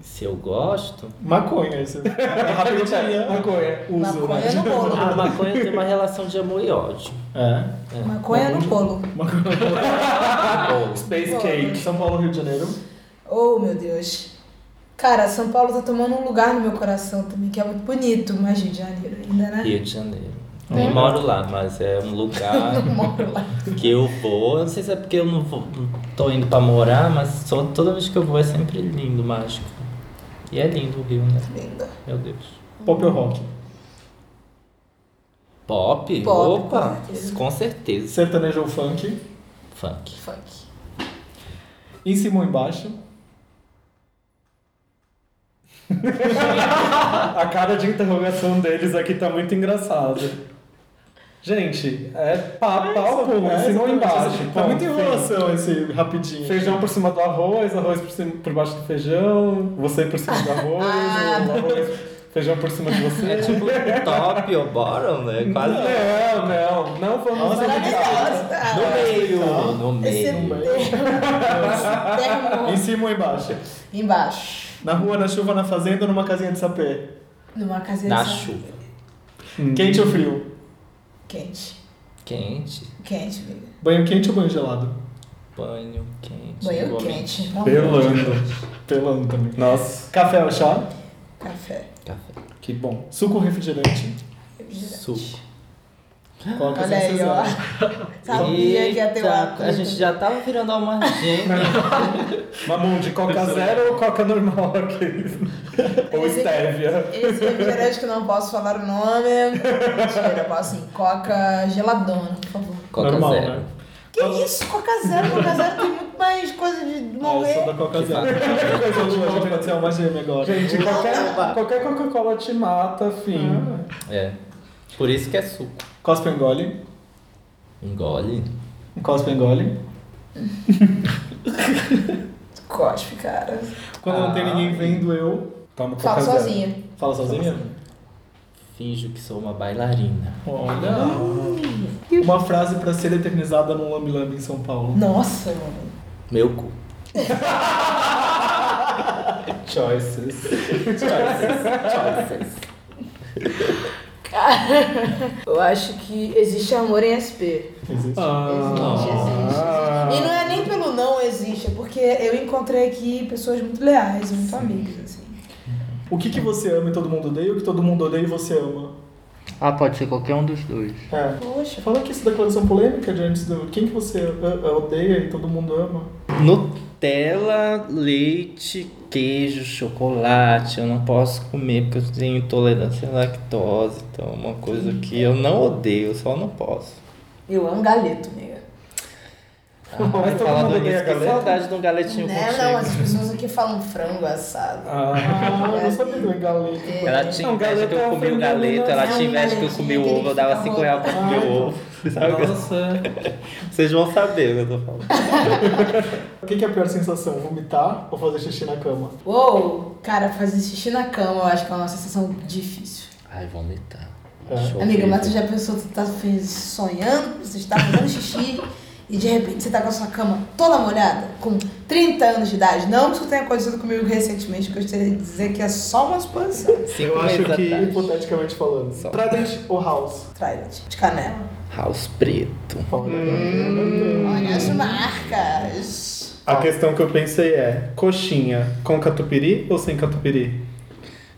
Se eu gosto.
Maconha, isso. é
Rapidinho, maconha.
Uso, né?
Maconha no bolo.
A maconha tem uma relação de amor e ódio.
É.
Maconha no bolo.
Space
Bom.
cake.
São Paulo, Rio de Janeiro.
Oh, meu Deus. Cara, São Paulo tá tomando um lugar no meu coração também, que é muito bonito, mas Rio de Janeiro ainda, né?
Rio de Janeiro. Nem moro lá, mas é um lugar
Não moro lá.
que eu vou. Eu não sei se é porque eu não, vou, não tô indo pra morar, mas to- toda vez que eu vou é sempre lindo, mágico. E é lindo o Rio, né?
Linda.
Meu Deus.
Pop ou rock?
Pop?
Pop,
Opa!
com certeza.
Com certeza.
Sertanejo ou funk?
Funk.
Funk.
Em cima ou embaixo?
A cara de interrogação deles aqui tá muito engraçada. Gente, é pá, pau, pum,
É,
em cima ou
exatamente.
embaixo.
Tá
pum,
muita
fim.
enrolação esse rapidinho.
Feijão por cima do arroz, arroz por, cima, por baixo do feijão, você por cima do arroz,
Ah,
o arroz, feijão por cima de você.
É tipo top ou bottom, né? Quase.
Não, não, não vamos
Nossa,
No
Maravilhosa.
meio! No
Ah, Esse é
meio.
Em
termo
cima ou embaixo?
embaixo.
Na rua, na chuva, na fazenda ou numa casinha de sapé?
Numa casinha
Na
de sal-
chuva.
Hum.
Quente ou frio?
Quente.
Quente.
Quente, amiga.
Banho quente ou banho gelado?
Banho quente.
Banho
igualmente.
quente. Não.
Pelando.
Pelando também.
Nossa,
Café ou chá?
Café.
Café.
Que bom. Suco ou refrigerante?
refrigerante.
Suco.
Coloca
Olha aí, ó. Sabia que é ia ter uma
Eita, A gente já tava virando alma gêmea.
mamão de coca zero ou coca normal aqueles? Ou estévia.
Esse refrigerante que eu não posso falar o nome. Mentira, eu posso sim. Coca geladona, por favor.
Coca
Normal,
é zero.
né?
Que isso? Coca zero? Coca zero tem muito mais coisa de
eu É, sou
morrer.
da Coca
Que
Zero. Coisa boa, a gente pode ser uma gêmea agora.
Gente, qualquer, qualquer Coca-Cola te mata, fim.
Ah.
É. Por isso que é suco.
Cospe ou engole?
Engole.
Cospe ou engole?
Cospe, cara.
Quando não tem ninguém vendo, eu
Toma coca
Falo
zero.
sozinha.
falo sozinha?
Finjo que sou uma bailarina.
Olha. Uma frase pra ser eternizada num lambe-lambe em São Paulo.
Nossa, mano.
Meu cu.
Choices.
Eu acho que existe amor em SP.
Existe.
Ah,
Existe, existe. E não é nem pelo não existe, é porque eu encontrei aqui pessoas muito leais, muito amigas, assim.
O que, que você ama e todo mundo odeia? O que todo mundo odeia e você ama?
Ah, pode ser qualquer um dos dois.
É.
Poxa.
Fala aqui essa declaração polêmica diante do quem que você ah, ah, odeia e todo mundo ama.
Nutella, leite, queijo, chocolate. Eu não posso comer porque eu tenho intolerância à lactose. Então é uma coisa que eu não odeio, eu só não posso.
Eu amo galeto, amiga.
Mas todo
Falando
mundo odeia
nisso, que
galera.
saudade de um galetinho
Né?
contigo.
Não, as pessoas aqui falam frango assado.
Ah, eu não sabia do engaleto.
Ela tinha
Não,
inveja que
galeta é
eu
uma
comi o
frangalina.
galeto, ela
É um
tinha inveja que eu comi o
galetinho
ovo, eu dava
que
5
fica
reais pra comer o ovo. Sabe o que eu-
Nossa.
Vocês vão saber o que eu tô falando.
O que, que é a pior sensação? Vomitar ou fazer xixi na cama?
Uou, cara, fazer xixi na cama eu acho que é uma sensação difícil.
Ai, vomitar.
É.
Acho
Amiga, mas tu
horrível.
já pensou, tu tá fez- sonhando, você está fazendo xixi e de repente você tá com a sua cama toda molhada, com 30 anos de idade. Não que isso tenha acontecido comigo recentemente, que eu gostaria de dizer que é só uma suposição.
Cinco
Eu acho
meses
que,
atrás.
hipoteticamente falando.
Só.
Trident ou House? né?
Trident, de canela.
House Preto.
Olha,
Olha as marcas.
A questão que eu pensei é: coxinha com catupiry ou sem catupiry?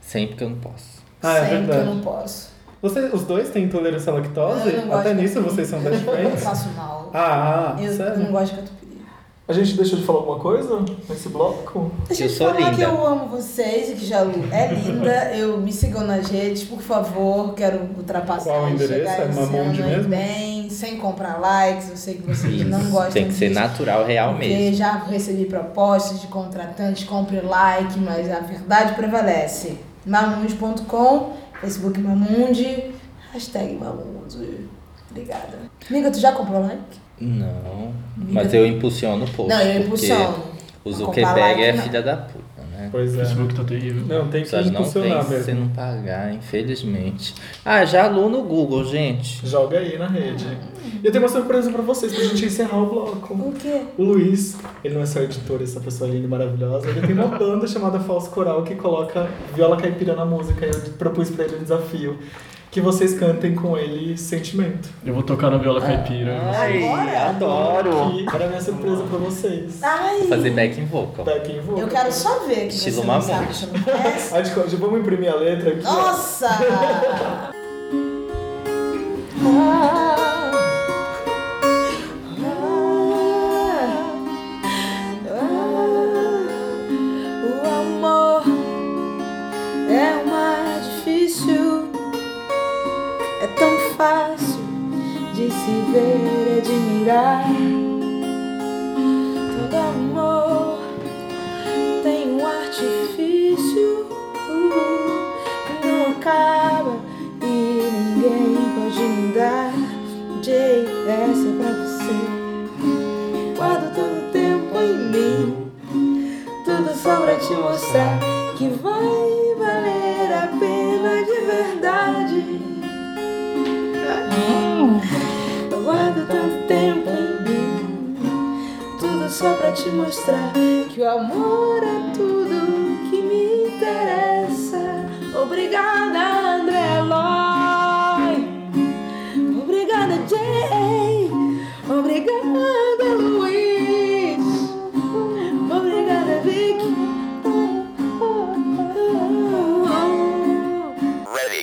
Sempre que eu não posso.
Ah, é
Sempre
verdade.
eu não posso.
Você, os dois têm intolerância à lactose?
Eu não gosto.
Até nisso vocês são best
Eu não
friends?
faço mal.
Ah,
eu, eu
sério?
não gosto de catupiry.
A gente deixou de falar alguma coisa nesse bloco?
Deixa eu
Eu
te
sou
falar que
linda.
eu amo vocês e que Jalu é linda. Eu me sigam nas redes, por favor. Quero ultrapassar
Qual o
e
endereço?
chegar
É
esse
Mamonde
ano aí
mesmo?
bem, sem comprar likes. Eu sei que vocês não gostam
Tem que ser
disso,
natural, real
porque
mesmo.
já recebi propostas de contratantes, compre like, mas a verdade prevalece. Mamundi.com, Facebook Mamundi, hashtag Mamundi. Obrigada. Amiga, tu já comprou like?
Não. Mas eu impulsiono o post.
não, eu
porque
impulsiono.
O
Não
Zuckerberg
comprar like,
é
não.
filha da puta, né?
Pois
O
é.
Facebook tá terrível.
Não, tem que
Só não
impulsionar
tem se
mesmo.
você não pagar, infelizmente. Ah, já aluno Google, gente.
Joga aí na rede. E eu tenho uma surpresa pra vocês, pra gente encerrar o bloco.
O quê?
O Luiz, ele não é só editor, essa pessoa linda e maravilhosa, ele tem uma banda chamada Falso Coral que coloca viola caipira na música. Eu propus pra ele um desafio, que vocês cantem com ele Sentimento.
Eu vou tocar na viola caipira.
Ai, adoro.
Que era a minha surpresa pra vocês.
Ai!
Fazer backing vocal.
Tá aqui em volta.
Eu quero só ver que
Estilo
você não
Mamute.
sabe, você não conhece.
A gente, já vamos imprimir a letra aqui. ó.
Nossa!
O amor é o mais difícil, é tão fácil de se ver e admirar. Todo amor tem um artifício que não acaba e ninguém pode mudar. Jay, essa é pra você. Guardo todo o tempo em mim tudo só pra te mostrar que vai valer a pena de verdade. Eu guardo tanto tempo em mim, tudo só pra te mostrar que o amor é tudo que me interessa. Obrigada, André Loy. Obrigada, Jay. Obrigada, Luiz. Obrigada, Vic.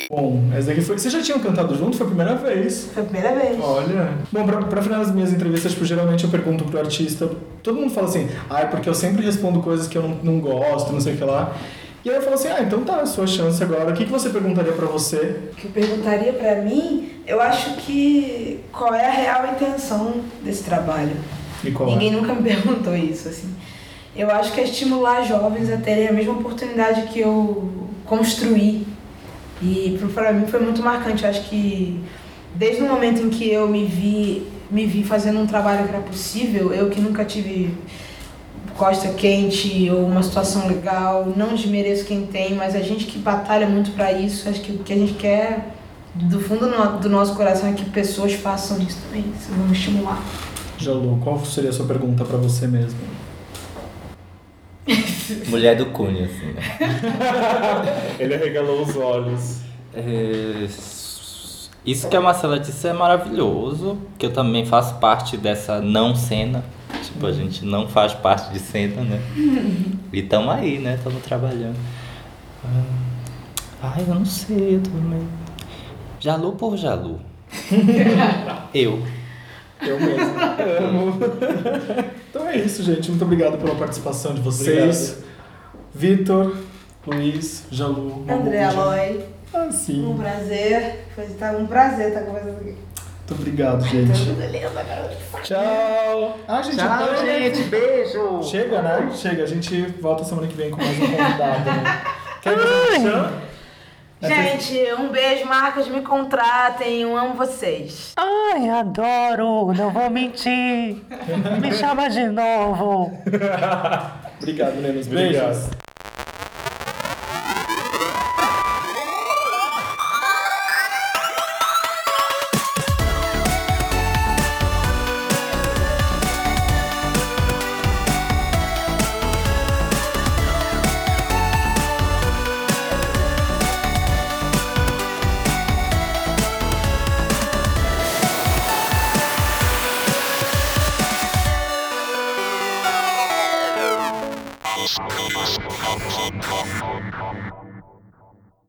Bom, essa daqui é foi. Vocês já tinham cantado junto? Foi a primeira vez.
Foi a primeira vez.
Olha. Bom, pra, pra finalizar as minhas entrevistas, tipo, geralmente eu pergunto pro artista. Todo mundo fala assim, ai, porque eu sempre respondo coisas que eu não, não gosto, não sei o que lá. E aí eu falo assim, ah, então tá, sua chance agora. O que, que você perguntaria pra você?
O que eu perguntaria pra mim, eu acho que qual é a real intenção desse trabalho.
E qual é?
Ninguém nunca me perguntou isso, assim. Eu acho que é estimular jovens a terem a mesma oportunidade que eu construí. E pro- pra mim foi muito marcante. Eu acho que desde o momento em que eu me vi, me vi fazendo um trabalho que era possível, eu que nunca tive costa quente ou uma situação legal, não desmereço quem tem, mas a gente que batalha muito pra isso, acho que o que a gente quer do fundo no- do nosso coração é que pessoas façam isso também. Isso vamos estimular.
é? Jalu, qual seria a sua pergunta pra você mesmo?
Mulher do Cunha, assim. né?
Ele arregalou os olhos.
É, Isso que a Marcela disse é maravilhoso, que eu também faço parte dessa não cena. Tipo, a gente não faz parte de cena, né? E tamo aí, né? Tamo trabalhando. Ah, Ai, eu não sei, eu tô meio... Jalu por Jalu. eu.
Eu mesmo. Amo. então é isso, gente. Muito obrigado pela participação de vocês. Vitor, Luiz, Jalu,
André
Mamundi.
Aloy,
Ah, sim.
um prazer. Foi tá um prazer estar conversando aqui. Tá
Muito obrigado, gente.
Beleza, garoto.
Tchau. Ah, gente, então-
beijo.
Chega, né? Chega. A gente volta semana que vem com mais um convidado. Né? Quer fazer um tchan?
Gente, um beijo, marcas, me contratem. Eu amo vocês.
Ai, adoro, não vou mentir. Me chama de novo.
Obrigado, meninos. Beijos.
Obrigado.
Thank
Thank you.